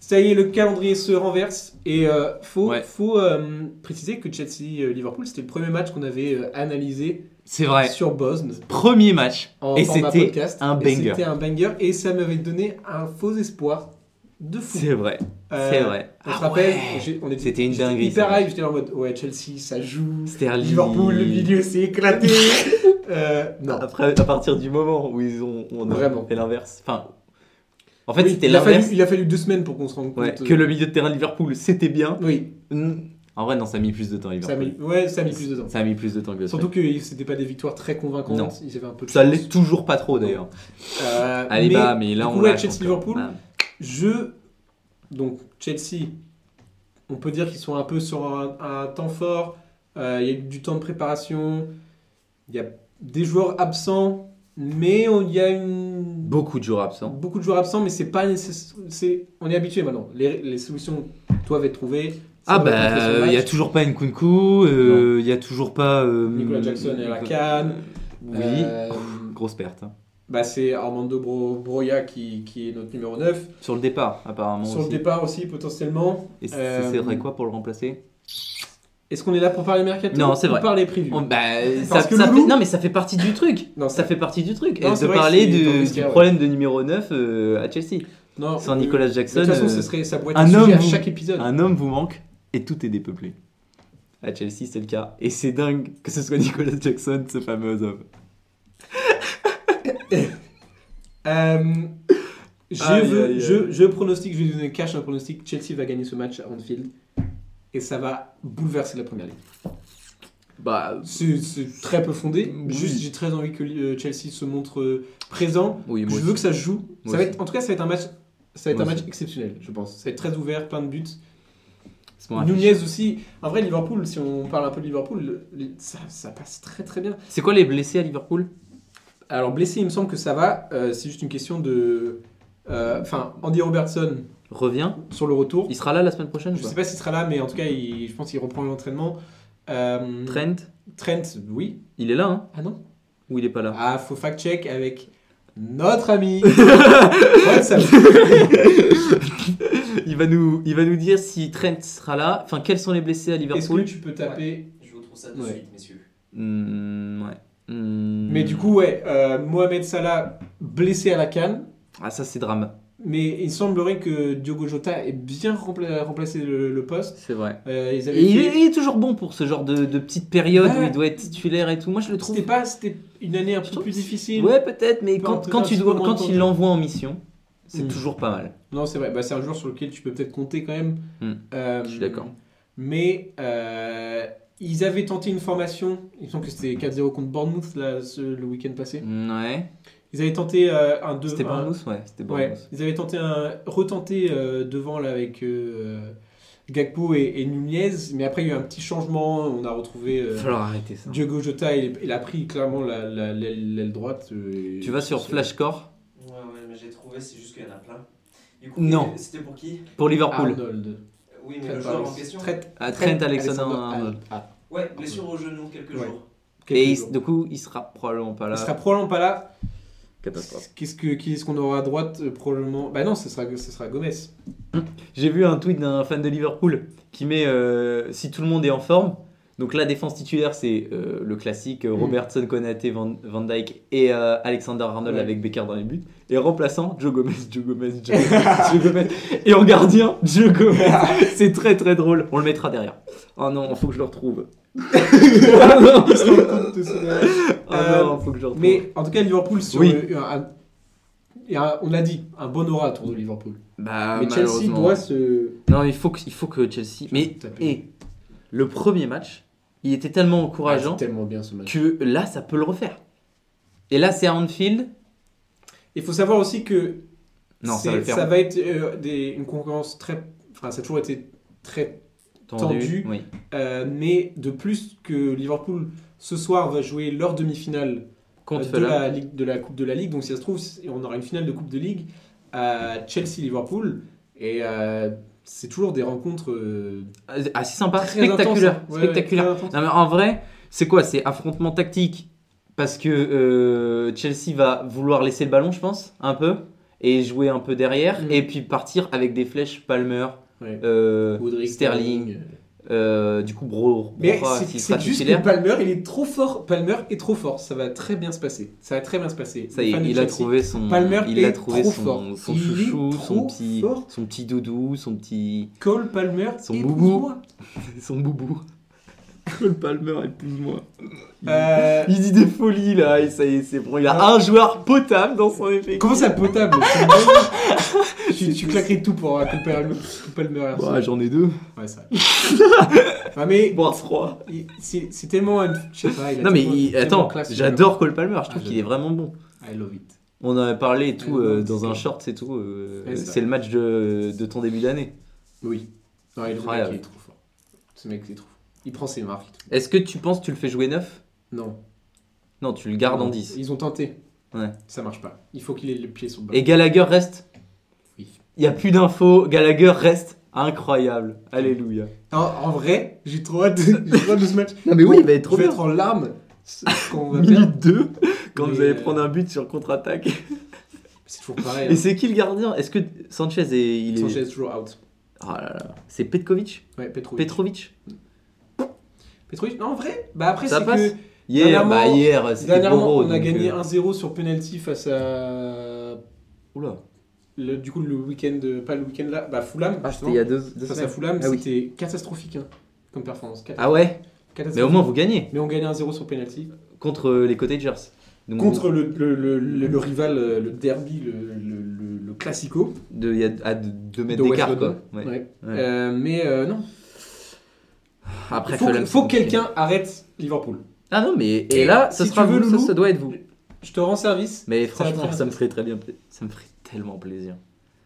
[SPEAKER 5] Ça y est, le calendrier se renverse et euh, faut
[SPEAKER 6] Ouais.
[SPEAKER 5] faut euh, préciser que Chelsea-Liverpool c'était le premier match qu'on avait euh, analysé
[SPEAKER 6] C'est vrai.
[SPEAKER 5] sur Bosn
[SPEAKER 6] Premier match.
[SPEAKER 5] en
[SPEAKER 6] Et
[SPEAKER 5] format
[SPEAKER 6] c'était
[SPEAKER 5] podcast.
[SPEAKER 6] un
[SPEAKER 5] Et
[SPEAKER 6] banger.
[SPEAKER 5] C'était un banger et ça m'avait donné un faux espoir de fou.
[SPEAKER 6] C'est vrai.
[SPEAKER 5] Euh,
[SPEAKER 6] c'est vrai.
[SPEAKER 5] On
[SPEAKER 6] Ah
[SPEAKER 5] se rappelle,
[SPEAKER 6] ouais.
[SPEAKER 5] j'ai- on était
[SPEAKER 6] C'était une
[SPEAKER 5] j'étais
[SPEAKER 6] dinguerie,
[SPEAKER 5] Hyper
[SPEAKER 6] ça.
[SPEAKER 5] hype, j'étais en mode ouais Chelsea ça joue.
[SPEAKER 6] Sterling.
[SPEAKER 5] Liverpool, le milieu s'est éclaté. Euh, non.
[SPEAKER 6] Après, à partir du moment où ils ont. On a
[SPEAKER 5] Vraiment.
[SPEAKER 6] fait l'inverse. Enfin. En fait,
[SPEAKER 5] Oui,
[SPEAKER 6] c'était
[SPEAKER 5] il, a fallu,
[SPEAKER 6] l'inverse.
[SPEAKER 5] il a fallu deux semaines pour qu'on se rende compte.
[SPEAKER 6] Ouais,
[SPEAKER 5] euh,
[SPEAKER 6] que le milieu de terrain de Liverpool, c'était bien.
[SPEAKER 5] Oui,
[SPEAKER 6] Mm. En vrai, non, ça a mis plus de temps,
[SPEAKER 5] ça a,
[SPEAKER 6] Liverpool.
[SPEAKER 5] mis, ouais, ça a mis plus de temps.
[SPEAKER 6] Ça a mis plus de temps que le
[SPEAKER 5] Surtout que c'était pas des victoires très convaincantes.
[SPEAKER 6] Non.
[SPEAKER 5] Ils avaient un peu de
[SPEAKER 6] Ça
[SPEAKER 5] chance.
[SPEAKER 6] l'est toujours pas trop d'ailleurs.
[SPEAKER 5] Euh,
[SPEAKER 6] Allez,
[SPEAKER 5] mais
[SPEAKER 6] bah, mais là
[SPEAKER 5] du
[SPEAKER 6] on
[SPEAKER 5] coup, ouais,
[SPEAKER 6] lâche
[SPEAKER 5] Chelsea,
[SPEAKER 6] encore. Ah.
[SPEAKER 5] Liverpool.
[SPEAKER 6] Voilà.
[SPEAKER 5] je. Donc, Chelsea, on peut dire qu'ils sont un peu sur un, un temps fort. Euh, Il y a eu du temps de préparation. Il y a des joueurs absents. Mais on- il y a une
[SPEAKER 6] Beaucoup de joueurs absents.
[SPEAKER 5] Beaucoup de joueurs absents, mais c'est pas nécessaire. c'est- On est habitué maintenant. Les, les solutions doivent être trouvées. Ça
[SPEAKER 6] Ah
[SPEAKER 5] doit être fait sur le
[SPEAKER 6] bah, il y a
[SPEAKER 5] match.
[SPEAKER 6] toujours pas Nkunku, euh, il y a toujours pas. euh,
[SPEAKER 5] Nicolas Jackson et la canne.
[SPEAKER 6] Oui,
[SPEAKER 5] Euh,
[SPEAKER 6] grosse perte. hein.
[SPEAKER 5] bah, c'est Armando Bro- Broya qui, qui est notre numéro 9.
[SPEAKER 6] Sur le départ, apparemment.
[SPEAKER 5] Sur
[SPEAKER 6] aussi.
[SPEAKER 5] le départ aussi, potentiellement.
[SPEAKER 6] Et ça
[SPEAKER 5] euh,
[SPEAKER 6] serait quoi pour le remplacer
[SPEAKER 5] Est-ce qu'on est là pour parler mercato
[SPEAKER 6] Non, c'est
[SPEAKER 5] ou
[SPEAKER 6] vrai.
[SPEAKER 5] parler prévus
[SPEAKER 6] On- bah,
[SPEAKER 5] Parce
[SPEAKER 6] ça,
[SPEAKER 5] que
[SPEAKER 6] ça
[SPEAKER 5] Loulou-
[SPEAKER 6] fait- Non, mais ça fait partie du truc.
[SPEAKER 5] Non,
[SPEAKER 6] Ça fait partie du truc.
[SPEAKER 5] Non,
[SPEAKER 6] Et
[SPEAKER 5] c'est
[SPEAKER 6] de
[SPEAKER 5] vrai que
[SPEAKER 6] parler
[SPEAKER 5] c'est dans le
[SPEAKER 6] de- du
[SPEAKER 5] vestiaire, ouais.
[SPEAKER 6] problème de numéro 9 euh, à Chelsea.
[SPEAKER 5] Non,
[SPEAKER 6] Sans
[SPEAKER 5] euh,
[SPEAKER 6] Nicolas
[SPEAKER 5] De
[SPEAKER 6] Jackson,
[SPEAKER 5] toute façon, ce
[SPEAKER 6] euh,
[SPEAKER 5] serait, ça pourrait être
[SPEAKER 6] un
[SPEAKER 5] un sujet
[SPEAKER 6] homme
[SPEAKER 5] à
[SPEAKER 6] vous-
[SPEAKER 5] chaque épisode.
[SPEAKER 6] un homme vous manque et tout est dépeuplé. À Chelsea, c'est le cas. Et c'est dingue que ce soit Nicolas Jackson, ce fameux homme.
[SPEAKER 5] Euh, je,
[SPEAKER 6] Aïe,
[SPEAKER 5] veux-
[SPEAKER 6] aïe, aïe.
[SPEAKER 5] je, je pronostique, je vais donner cash un pronostic. Chelsea va gagner ce match à Anfield. Et ça va bouleverser la première ligue.
[SPEAKER 6] Bah,
[SPEAKER 5] C'est c'est très peu fondé.
[SPEAKER 6] Oui.
[SPEAKER 5] Juste, j'ai très envie que euh, Chelsea se montre euh, présent.
[SPEAKER 6] oui,
[SPEAKER 5] je
[SPEAKER 6] moi
[SPEAKER 5] veux que ça se joue.
[SPEAKER 6] Moi
[SPEAKER 5] Ça va
[SPEAKER 6] aussi.
[SPEAKER 5] être, en tout cas, ça va être un match, ça va être
[SPEAKER 6] Moi
[SPEAKER 5] un match
[SPEAKER 6] aussi.
[SPEAKER 5] exceptionnel, je pense. Ça va être très ouvert, plein de buts.
[SPEAKER 6] c'est mon affiche.
[SPEAKER 5] Nunez aussi. En vrai, Liverpool, si on parle un peu de Liverpool, le- le- ça, ça passe très très bien.
[SPEAKER 6] C'est quoi les blessés à Liverpool
[SPEAKER 5] Alors, blessé, il me semble que ça va. Euh, C'est juste une question de. euh, Enfin, Andy Robertson
[SPEAKER 6] Revient
[SPEAKER 5] sur le retour.
[SPEAKER 6] Il sera là la semaine prochaine ou
[SPEAKER 5] Je sais
[SPEAKER 6] pas
[SPEAKER 5] pas s'il sera là, mais en tout cas, il- je pense qu'il reprend l'entraînement. Euh,
[SPEAKER 6] Trent,
[SPEAKER 5] Trent, oui.
[SPEAKER 6] il est là, hein
[SPEAKER 5] Ah non
[SPEAKER 6] Ou il est pas là
[SPEAKER 5] Ah, faut fact-check avec notre ami. WhatsApp.
[SPEAKER 6] il, va nous, il va nous dire si Trent sera là. Enfin, quels sont les blessés à
[SPEAKER 5] Est-ce que
[SPEAKER 6] Liverpool
[SPEAKER 5] tu peux taper
[SPEAKER 7] Je vous trouve ça de
[SPEAKER 5] Ouais.
[SPEAKER 7] suite, messieurs.
[SPEAKER 6] Hmm, Ouais. Hmm.
[SPEAKER 5] Mais du coup, ouais, euh, Mohamed Salah blessé à la canne.
[SPEAKER 6] Ah, ça, c'est drame.
[SPEAKER 5] Mais il semblerait que Diogo Jota ait bien rempla- remplacé le, le poste.
[SPEAKER 6] C'est vrai.
[SPEAKER 5] Euh, ils avaient
[SPEAKER 6] Et il,
[SPEAKER 5] fait-
[SPEAKER 6] est, il est toujours bon pour ce genre de, de petite période où
[SPEAKER 5] Ouais.
[SPEAKER 6] il doit être titulaire et tout. Moi, je le trouve.
[SPEAKER 5] C'était pas, c'était une année un
[SPEAKER 6] Je
[SPEAKER 5] peu
[SPEAKER 6] trouve
[SPEAKER 5] plus
[SPEAKER 6] que c'est-
[SPEAKER 5] difficile.
[SPEAKER 6] Ouais, peut-être, mais
[SPEAKER 5] Peu un
[SPEAKER 6] quand,
[SPEAKER 5] peu
[SPEAKER 6] quand, tu dois,
[SPEAKER 5] instrument
[SPEAKER 6] quand
[SPEAKER 5] entendu.
[SPEAKER 6] il l'envoie en mission, c'est
[SPEAKER 5] Hmm.
[SPEAKER 6] toujours pas mal.
[SPEAKER 5] Non, c'est vrai. Bah, c'est un joueur sur lequel tu peux peut-être compter quand même.
[SPEAKER 6] Hmm.
[SPEAKER 5] Euh,
[SPEAKER 6] Je suis d'accord.
[SPEAKER 5] Mais euh, ils avaient tenté une formation. Il me semble que c'était 4-0 contre Bournemouth là, ce- le week-end passé.
[SPEAKER 6] Mm, Ouais.
[SPEAKER 5] Ils avaient tenté euh, un 2
[SPEAKER 6] C'était
[SPEAKER 5] un-
[SPEAKER 6] Bournemouth, ouais. C'était
[SPEAKER 5] Ouais,
[SPEAKER 6] Bournemouth.
[SPEAKER 5] ils avaient tenté un retenté euh, devant là avec euh, Gakpo et, et Nunez, mais après il y a eu un petit changement. On a retrouvé
[SPEAKER 6] Il
[SPEAKER 5] euh,
[SPEAKER 6] va falloir arrêter ça.
[SPEAKER 5] Diogo Jota. Il, il a pris clairement la- la- l'aile l'aile droite. euh, et-
[SPEAKER 6] Tu vas sur Flashcore
[SPEAKER 7] Ouais, ouais, mais j'ai trouvé, c'est juste qu'il y en a plein. Du coup,
[SPEAKER 6] Non.
[SPEAKER 7] euh, C'était pour qui
[SPEAKER 6] Pour Liverpool.
[SPEAKER 5] Arnold.
[SPEAKER 7] Euh, Oui, mais
[SPEAKER 5] Trent
[SPEAKER 7] le joueur en
[SPEAKER 5] Alex-
[SPEAKER 7] question.
[SPEAKER 5] Trent-
[SPEAKER 6] Ah, Trent Alexander-Arnold.
[SPEAKER 5] Ah,
[SPEAKER 7] Ouais, blessure au genou quelques
[SPEAKER 5] Ouais.
[SPEAKER 7] jours.
[SPEAKER 6] Et il-
[SPEAKER 5] quelques jours.
[SPEAKER 6] du coup, il sera probablement pas là.
[SPEAKER 5] Il sera probablement pas là.
[SPEAKER 6] Catastrophe.
[SPEAKER 5] Qu'est-ce que qui est-ce qu'on aura à droite euh, probablement Bah non, ce sera ce sera Gomez.
[SPEAKER 6] J'ai vu un tweet d'un fan de Liverpool qui met euh, si tout le monde est en forme. Donc la défense titulaire, c'est euh, le classique
[SPEAKER 5] Mm.
[SPEAKER 6] euh, Robertson, Konaté, Van, Van Dyke et euh, Alexander Arnold
[SPEAKER 5] Ouais.
[SPEAKER 6] avec Becker dans les buts. Et remplaçant, Joe Gomez, Joe Gomez, Joe Gomez, Joe Gomez. Et en gardien, Joe Gomez. c'est très très drôle. On le mettra derrière. Oh non, faut que je le retrouve.
[SPEAKER 5] Ils seront tous- tous là.
[SPEAKER 6] Oh
[SPEAKER 5] Euh,
[SPEAKER 6] non, faut que je le retrouve.
[SPEAKER 5] Mais en tout cas, Liverpool sur
[SPEAKER 6] Oui.
[SPEAKER 5] euh, un- un- il y a un- on l'a dit, un bon aura autour de Liverpool.
[SPEAKER 6] Bah,
[SPEAKER 5] Mais Chelsea
[SPEAKER 6] malheureusement.
[SPEAKER 5] doit se
[SPEAKER 6] Non, il faut que, il faut que Chelsea. Mais
[SPEAKER 5] Putain, putain.
[SPEAKER 6] et le premier match, il était tellement
[SPEAKER 5] Ah,
[SPEAKER 6] encourageant
[SPEAKER 5] c'est tellement bien ce match.
[SPEAKER 6] que là, ça peut le refaire. Et là, c'est à Anfield.
[SPEAKER 5] Il faut savoir aussi que
[SPEAKER 6] Non, ça
[SPEAKER 5] c'est-
[SPEAKER 6] va le faire.
[SPEAKER 5] ça va être euh, des- une concurrence très enfin ça a toujours été très tendu.
[SPEAKER 6] Oui.
[SPEAKER 5] Euh, mais de plus que Liverpool ce soir va jouer leur demi-finale euh,
[SPEAKER 6] Contre
[SPEAKER 5] de
[SPEAKER 6] Fulham.
[SPEAKER 5] la, Ligue- de la Coupe de la Ligue. Donc si ça se trouve, c- on aura une finale de Coupe de Ligue à Chelsea-Liverpool. Et euh, c'est toujours des rencontres euh,
[SPEAKER 6] Ah, c'est sympa.
[SPEAKER 5] très
[SPEAKER 6] Spectaculaire.
[SPEAKER 5] intenses. hein. Ouais,
[SPEAKER 6] Spectaculaire.
[SPEAKER 5] ouais, très intenses.
[SPEAKER 6] Non, mais en vrai, c'est quoi C'est affrontement tactique. Parce que euh, Chelsea va vouloir laisser le ballon, je pense, un peu. Et jouer un peu derrière.
[SPEAKER 5] Mm.
[SPEAKER 6] Et puis partir avec des flèches Palmer,
[SPEAKER 5] Ouais.
[SPEAKER 6] euh,
[SPEAKER 5] Woodrick,
[SPEAKER 6] Sterling. euh, du coup, Bro.
[SPEAKER 5] Mais
[SPEAKER 6] Broa,
[SPEAKER 5] c'est-
[SPEAKER 6] s'il sera
[SPEAKER 5] c'est juste que
[SPEAKER 6] titulaire.
[SPEAKER 5] Palmer, il est trop fort. Palmer est trop fort. Ça va très bien se passer. Ça va très bien se passer.
[SPEAKER 6] Ça
[SPEAKER 5] Les
[SPEAKER 6] y est,
[SPEAKER 5] fans de
[SPEAKER 6] il a
[SPEAKER 5] Chelsea-
[SPEAKER 6] trouvé son.
[SPEAKER 5] Palmer
[SPEAKER 6] il a
[SPEAKER 5] est
[SPEAKER 6] trouvé
[SPEAKER 5] trop
[SPEAKER 6] son,
[SPEAKER 5] fort.
[SPEAKER 6] son
[SPEAKER 5] Il est
[SPEAKER 6] chouchou, son
[SPEAKER 5] trop
[SPEAKER 6] petit,
[SPEAKER 5] fort.
[SPEAKER 6] son petit doudou, son petit.
[SPEAKER 5] Cole Palmer,
[SPEAKER 6] Son
[SPEAKER 5] et
[SPEAKER 6] boubou.
[SPEAKER 5] moi.
[SPEAKER 6] Son boubou. Cole Palmer, épouse-moi. Il,
[SPEAKER 5] Euh,
[SPEAKER 6] il dit des folies là, et ça y est, c'est bon. Il a un joueur potable dans son effet.
[SPEAKER 5] Comment ça potable C'est une dingue. tu, tu claquerais tout pour euh, Cole Palmer. Cole Palmer à
[SPEAKER 6] Bah, j'en ai deux.
[SPEAKER 5] Ouais, ça. ah, mais
[SPEAKER 6] Boire froid.
[SPEAKER 5] il- c'est c'est tellement. une- Je sais pas. il a
[SPEAKER 6] Non, mais
[SPEAKER 5] tellement-
[SPEAKER 6] il-
[SPEAKER 5] tellement
[SPEAKER 6] attends,
[SPEAKER 5] classe, ce
[SPEAKER 6] j'adore Cole Palmer, je
[SPEAKER 5] Ah,
[SPEAKER 6] trouve qu'il est
[SPEAKER 5] j'adore.
[SPEAKER 6] vraiment bon.
[SPEAKER 5] joueur. I love it.
[SPEAKER 6] On en avait parlé et
[SPEAKER 5] Ah,
[SPEAKER 6] tout
[SPEAKER 5] non,
[SPEAKER 6] euh,
[SPEAKER 5] c'est
[SPEAKER 6] dans un
[SPEAKER 5] clair.
[SPEAKER 6] short et tout. euh,
[SPEAKER 5] Ouais, c'est
[SPEAKER 6] c'est
[SPEAKER 5] vrai.
[SPEAKER 6] le match de, de ton début d'année.
[SPEAKER 5] Oui. Non, il, le mec,
[SPEAKER 6] Incroyable.
[SPEAKER 5] il est trop fort. Ce mec, il est trop fort. Il prend ses marques. et tout.
[SPEAKER 6] Est-ce que tu penses que tu le fais jouer 9
[SPEAKER 5] Non.
[SPEAKER 6] Non, tu le gardes en
[SPEAKER 5] Non.
[SPEAKER 6] 10.
[SPEAKER 5] Ils ont tenté.
[SPEAKER 6] Ouais.
[SPEAKER 5] Ça marche pas. Il faut qu'il ait le pied sur le ballon.
[SPEAKER 6] Et Gallagher reste
[SPEAKER 5] Oui.
[SPEAKER 6] Il n'y a plus d'infos, Gallagher reste incroyable. Alléluia.
[SPEAKER 5] En, en vrai, j'ai trop hâte de, j'ai trop hâte de ce match.
[SPEAKER 6] Non, mais oui, il va être
[SPEAKER 5] Je vais être en larmes ce- quand on va perdre.
[SPEAKER 6] Minute 2, quand
[SPEAKER 5] Mais,
[SPEAKER 6] vous allez
[SPEAKER 5] euh,
[SPEAKER 6] prendre un but sur contre-attaque.
[SPEAKER 5] C'est toujours pareil.
[SPEAKER 6] Et
[SPEAKER 5] hein.
[SPEAKER 6] c'est qui le gardien Est-ce que Sanchez est. Il est...
[SPEAKER 5] Sanchez toujours out.
[SPEAKER 6] Oh là là. C'est Petkovic
[SPEAKER 5] Ouais, Petrovic.
[SPEAKER 6] Petrovic
[SPEAKER 5] Petrovic. Non, en vrai, bah après,
[SPEAKER 6] Ça
[SPEAKER 5] c'est
[SPEAKER 6] passe
[SPEAKER 5] que
[SPEAKER 6] Hier,
[SPEAKER 5] Dernièrement-
[SPEAKER 6] bah hier, c'était
[SPEAKER 5] dernièrement,
[SPEAKER 6] Boro.
[SPEAKER 5] on a
[SPEAKER 6] donc,
[SPEAKER 5] gagné
[SPEAKER 6] euh,
[SPEAKER 5] 1-0 sur penalty face à.
[SPEAKER 6] Oula.
[SPEAKER 5] le- du coup, le week-end, euh, pas le week-end là, bah Fulham.
[SPEAKER 6] Ah, c'était
[SPEAKER 5] justement.
[SPEAKER 6] il y a deux, deux
[SPEAKER 5] face à
[SPEAKER 6] semaines.
[SPEAKER 5] Fulham,
[SPEAKER 6] Ah, oui.
[SPEAKER 5] c'était catastrophique hein, comme performance. Cat-
[SPEAKER 6] Ah ouais Mais au
[SPEAKER 5] catastrophique.
[SPEAKER 6] moins, vous gagnez.
[SPEAKER 5] Mais on gagnait 1-0 sur penalty.
[SPEAKER 6] Contre euh, les Cottagers. Donc,
[SPEAKER 5] Contre le, le, le, le- le rival, euh, le derby, le, le, le, le classico.
[SPEAKER 6] de- Il y a à deux- deux mètres
[SPEAKER 5] De West
[SPEAKER 6] d'écart, quoi.
[SPEAKER 5] London.
[SPEAKER 6] Ouais.
[SPEAKER 5] Ouais.
[SPEAKER 6] Ouais.
[SPEAKER 5] Euh, mais euh, non,
[SPEAKER 6] Après,
[SPEAKER 5] il faut,
[SPEAKER 6] Fulham,
[SPEAKER 5] que- faut
[SPEAKER 6] c'est
[SPEAKER 5] que quelqu'un arrête Liverpool.
[SPEAKER 6] Ah non, mais. Et là, ce
[SPEAKER 5] Si
[SPEAKER 6] sera
[SPEAKER 5] tu veux,
[SPEAKER 6] vous, ça,
[SPEAKER 5] Loulou,
[SPEAKER 6] ça doit être vous.
[SPEAKER 5] Je te rends service.
[SPEAKER 6] Mais
[SPEAKER 5] Ça va
[SPEAKER 6] franchement,
[SPEAKER 5] très
[SPEAKER 6] ça me ferait très bien, pla- ça me ferait tellement plaisir.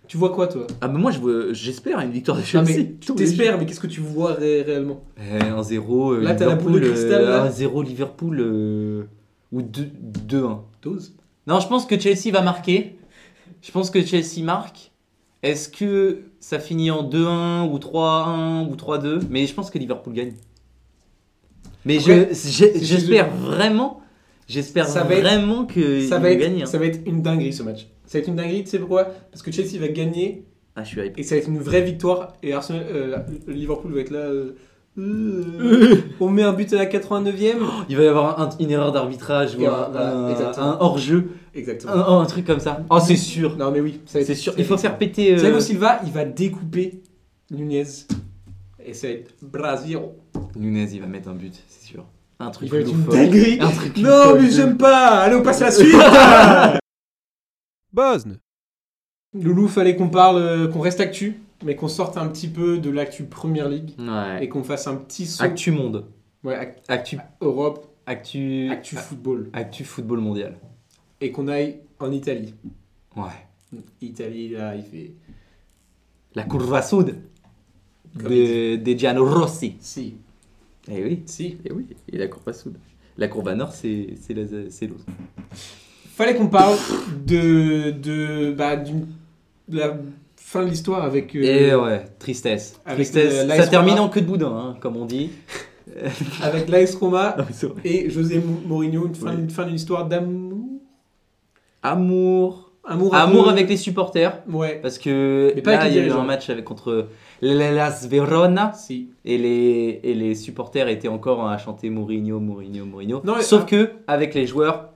[SPEAKER 5] Tu vois quoi toi
[SPEAKER 6] Ah mais moi, je veux- j'espère une victoire de
[SPEAKER 5] Non,
[SPEAKER 6] Chelsea.
[SPEAKER 5] Ah, mais tu
[SPEAKER 6] Ah, Tous les jours.
[SPEAKER 5] t'espères, mais qu'est-ce que tu vois ré- réellement
[SPEAKER 6] Eh, 1-0 euh,
[SPEAKER 5] Là, t'as la boule de
[SPEAKER 6] Liverpool,
[SPEAKER 5] cristal,
[SPEAKER 6] euh,
[SPEAKER 5] là.
[SPEAKER 6] 1-0 Liverpool euh, ou 2 2-1.
[SPEAKER 5] 12
[SPEAKER 6] Non, je pense que Chelsea va marquer. Je pense que Chelsea marque. Est-ce que ça finit en 2-1 ou 3-1 ou 3-2 Mais je pense que Liverpool gagne. Mais
[SPEAKER 5] Après,
[SPEAKER 6] je- j'ai-
[SPEAKER 5] c'est
[SPEAKER 6] j'espère
[SPEAKER 5] chez
[SPEAKER 6] vraiment, j'espère
[SPEAKER 5] Ça va être-
[SPEAKER 6] vraiment que
[SPEAKER 5] ça
[SPEAKER 6] ils
[SPEAKER 5] va,
[SPEAKER 6] vont
[SPEAKER 5] être,
[SPEAKER 6] gagner, hein.
[SPEAKER 5] ça va être une dinguerie ce match. Ça va être une dinguerie, tu sais pourquoi Parce que Chelsea va gagner
[SPEAKER 6] Ah, je suis hype.
[SPEAKER 5] et ça va être une vraie victoire. Et Arsenal, euh, Liverpool va être là. euh, euh, on met un but à la 89ème.
[SPEAKER 6] Il va y avoir un- une erreur d'arbitrage ou
[SPEAKER 5] Et
[SPEAKER 6] un,
[SPEAKER 5] voilà, voilà,
[SPEAKER 6] un-
[SPEAKER 5] exactement. Ah,
[SPEAKER 6] un hors-jeu, un,
[SPEAKER 5] Exactement.
[SPEAKER 6] un truc comme ça. Oh, c'est sûr.
[SPEAKER 5] Non mais oui, ça va être-
[SPEAKER 6] C'est sûr.
[SPEAKER 5] ça va
[SPEAKER 6] Il faut
[SPEAKER 5] être-
[SPEAKER 6] faire péter. euh,
[SPEAKER 5] Thiago Silva, il va découper Nunez. Et ça va être Brasil.
[SPEAKER 6] Nunez, il va mettre un but, c'est sûr. Un truc
[SPEAKER 5] Il va être une
[SPEAKER 6] loufoque.
[SPEAKER 5] dinguerie.
[SPEAKER 6] Un truc
[SPEAKER 5] Non
[SPEAKER 6] loufoque
[SPEAKER 5] mais
[SPEAKER 6] de-
[SPEAKER 5] j'aime pas. Allez, on passe à la suite.
[SPEAKER 4] Bosne.
[SPEAKER 5] Loulou, fallait qu'on parle, euh, qu'on reste actu, mais qu'on sorte un petit peu de l'actu Première Ligue
[SPEAKER 6] Ouais.
[SPEAKER 5] et qu'on fasse un petit saut.
[SPEAKER 6] Actu monde.
[SPEAKER 5] Ouais, actu
[SPEAKER 6] Actu.
[SPEAKER 5] Europe,
[SPEAKER 6] Actu. ah.
[SPEAKER 5] actu football.
[SPEAKER 6] Actu football mondial.
[SPEAKER 5] Et qu'on aille en Italie.
[SPEAKER 6] Ouais.
[SPEAKER 5] Italie, là, il fait.
[SPEAKER 6] La curva sud
[SPEAKER 5] Comme
[SPEAKER 6] de, de Gianno Rossi.
[SPEAKER 5] Si,
[SPEAKER 6] Eh oui.
[SPEAKER 5] si.
[SPEAKER 6] Eh oui. Et la curva sud. La curva nord, c'est c'est la- c'est l'autre.
[SPEAKER 5] Fallait qu'on parle de. de. bah, d'une. de la fin de l'histoire avec. euh,
[SPEAKER 6] Et ouais, tristesse.
[SPEAKER 5] Avec
[SPEAKER 6] tristesse.
[SPEAKER 5] le-
[SPEAKER 6] Ça
[SPEAKER 5] l'Ice
[SPEAKER 6] termine
[SPEAKER 5] Roma.
[SPEAKER 6] en queue de boudin, hein, comme on dit.
[SPEAKER 5] Avec l'AS Roma
[SPEAKER 6] Non, mais c'est vrai.
[SPEAKER 5] et José Mou- Mourinho, une fin, une fin d'une histoire d'amour.
[SPEAKER 6] Amour.
[SPEAKER 5] Amour, à
[SPEAKER 6] Amour
[SPEAKER 5] deux.
[SPEAKER 6] avec les supporters.
[SPEAKER 5] Ouais.
[SPEAKER 6] Parce que
[SPEAKER 5] Mais pas
[SPEAKER 6] là,
[SPEAKER 5] avec
[SPEAKER 6] il
[SPEAKER 5] les
[SPEAKER 6] y a eu
[SPEAKER 5] dirigeants.
[SPEAKER 6] un match avec, contre l'Elas Verona.
[SPEAKER 5] Si.
[SPEAKER 6] Et les, et les supporters étaient encore à chanter Mourinho, Mourinho, Mourinho.
[SPEAKER 5] Non, mais-
[SPEAKER 6] Sauf
[SPEAKER 5] ah.
[SPEAKER 6] que, avec les joueurs,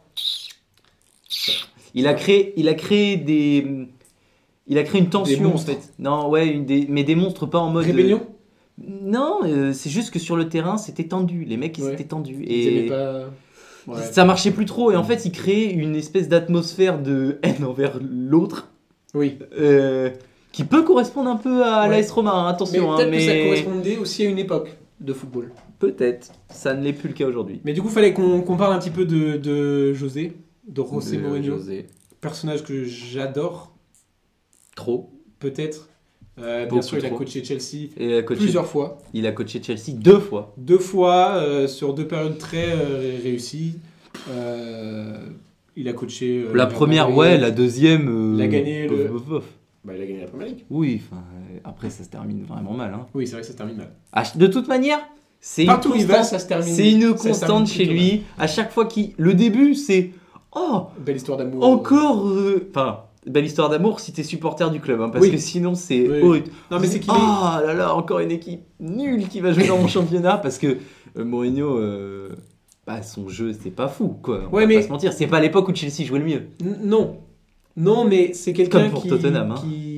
[SPEAKER 6] il a créé, il a créé des. Il a créé une tension en
[SPEAKER 5] monstres.
[SPEAKER 6] fait. Non, ouais, une des, mais des monstres pas en mode.
[SPEAKER 5] Rébellion
[SPEAKER 6] Non, euh, c'est juste que sur le terrain, c'était tendu. Les mecs, ils
[SPEAKER 5] Ouais.
[SPEAKER 6] étaient tendus.
[SPEAKER 5] Ils aimaient
[SPEAKER 6] Et
[SPEAKER 5] pas. Ouais. Mm.
[SPEAKER 6] ça marchait plus trop. Et en fait, il créait une espèce d'atmosphère de haine envers l'autre
[SPEAKER 5] Oui.
[SPEAKER 6] euh, qui peut correspondre un peu à
[SPEAKER 5] Ouais.
[SPEAKER 6] l'AS Roma. hein,
[SPEAKER 5] Mais
[SPEAKER 6] attention, hein,
[SPEAKER 5] peut-être que ça
[SPEAKER 6] mais
[SPEAKER 5] correspondait aussi à une époque de football.
[SPEAKER 6] peut-être. Ça ne l'est plus le cas aujourd'hui.
[SPEAKER 5] Mais du coup, fallait qu'on qu'on parle un petit peu de, de José, de José
[SPEAKER 6] De
[SPEAKER 5] Mourinho,
[SPEAKER 6] José.
[SPEAKER 5] personnage que j'adore,
[SPEAKER 6] Trop.
[SPEAKER 5] peut-être. Euh, bien
[SPEAKER 6] Beaucoup
[SPEAKER 5] sûr, il a
[SPEAKER 6] trop.
[SPEAKER 5] coaché Chelsea
[SPEAKER 6] Et il a coaché,
[SPEAKER 5] plusieurs fois.
[SPEAKER 6] il a coaché Chelsea deux fois.
[SPEAKER 5] deux fois euh, sur deux périodes très euh, réussies. Euh, il a coaché. euh,
[SPEAKER 6] La
[SPEAKER 5] Real
[SPEAKER 6] première,
[SPEAKER 5] Madrid.
[SPEAKER 6] ouais, la deuxième. euh,
[SPEAKER 5] Il a gagné
[SPEAKER 6] bof,
[SPEAKER 5] le-
[SPEAKER 6] bof, bof.
[SPEAKER 5] Bah, il a gagné la première ligue.
[SPEAKER 6] Oui, enfin, euh, après ça se termine vraiment mal. hein.
[SPEAKER 5] Oui, c'est vrai que ça se termine mal.
[SPEAKER 6] Ah, de toute manière, c'est une
[SPEAKER 5] Partout où il va, ça
[SPEAKER 6] constante.
[SPEAKER 5] se termine.
[SPEAKER 6] C'est une
[SPEAKER 5] ça se termine
[SPEAKER 6] constante chez
[SPEAKER 5] plutôt
[SPEAKER 6] lui. À chaque fois qu'il. Le début, c'est. Oh,
[SPEAKER 5] mal. Belle histoire d'amour.
[SPEAKER 6] encore. euh, Enfin, belle histoire d'amour si t'es supporter du club. hein, parce
[SPEAKER 5] Oui.
[SPEAKER 6] que sinon, c'est
[SPEAKER 5] Oui, oui.
[SPEAKER 6] horrible.
[SPEAKER 5] Non, mais c'est qu'il est-
[SPEAKER 6] Ah là là, encore une équipe nulle qui va jouer dans mon championnat. Parce que euh, Mourinho. euh, bah, son jeu, c'est pas fou, quoi. On
[SPEAKER 5] Ouais,
[SPEAKER 6] va
[SPEAKER 5] mais-
[SPEAKER 6] pas se mentir. C'est pas l'époque où Chelsea jouait le mieux.
[SPEAKER 5] N- non, non, mais c'est quelqu'un
[SPEAKER 6] Comme pour
[SPEAKER 5] qui.
[SPEAKER 6] Tottenham, hein.
[SPEAKER 5] qui-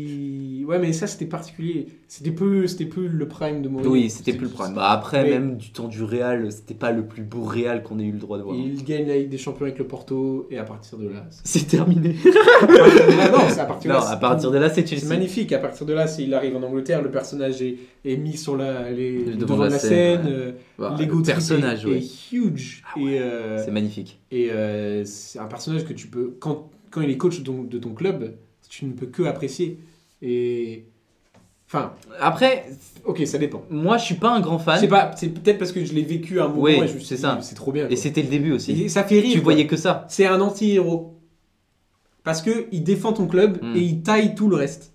[SPEAKER 5] Ouais, mais ça c'était particulier. C'était plus, c'était plus le prime de Mourinho.
[SPEAKER 6] Oui, c'était plus le problème. Bah, après,
[SPEAKER 5] Mais-
[SPEAKER 6] même du temps du Real, c'était pas le plus beau Real qu'on ait eu le droit de voir.
[SPEAKER 5] Il gagne la Ligue des Champions avec le Porto et à partir de là. c'est-
[SPEAKER 6] C'est terminé.
[SPEAKER 5] Ah non, c'est à partir de
[SPEAKER 6] non,
[SPEAKER 5] là.
[SPEAKER 6] à partir de là, c'est Chelsea.
[SPEAKER 5] C'est magnifique, à partir de là, s'il arrive en Angleterre, le personnage est, est mis sur la, les-
[SPEAKER 6] Devant
[SPEAKER 5] devant,
[SPEAKER 6] la
[SPEAKER 5] la,
[SPEAKER 6] scène,
[SPEAKER 5] scène,
[SPEAKER 6] ouais.
[SPEAKER 5] euh,
[SPEAKER 6] Voilà,
[SPEAKER 5] l'ego
[SPEAKER 6] le
[SPEAKER 5] trip
[SPEAKER 6] personnage,
[SPEAKER 5] est,
[SPEAKER 6] ouais. Ah
[SPEAKER 5] est huge. Et, euh,
[SPEAKER 6] C'est magnifique.
[SPEAKER 5] et euh, c'est un personnage que tu peux, quand, quand il est coach de ton, de ton club, tu ne peux que apprécier. Et. Enfin,
[SPEAKER 6] Après,
[SPEAKER 5] ok, ça dépend.
[SPEAKER 6] moi, je suis pas un grand fan.
[SPEAKER 5] C'est pas, c'est peut-être parce que je l'ai vécu à un moment
[SPEAKER 6] Oui,
[SPEAKER 5] et je me
[SPEAKER 6] c'est
[SPEAKER 5] suis dit,
[SPEAKER 6] ça.
[SPEAKER 5] c'est trop bien.
[SPEAKER 6] Et
[SPEAKER 5] quoi.
[SPEAKER 6] c'était le début aussi.
[SPEAKER 5] Et ça fait rire.
[SPEAKER 6] Tu
[SPEAKER 5] quoi.
[SPEAKER 6] voyais que ça.
[SPEAKER 5] C'est un anti-héros. Parce que il défend ton club
[SPEAKER 6] Mm.
[SPEAKER 5] et il taille tout le reste.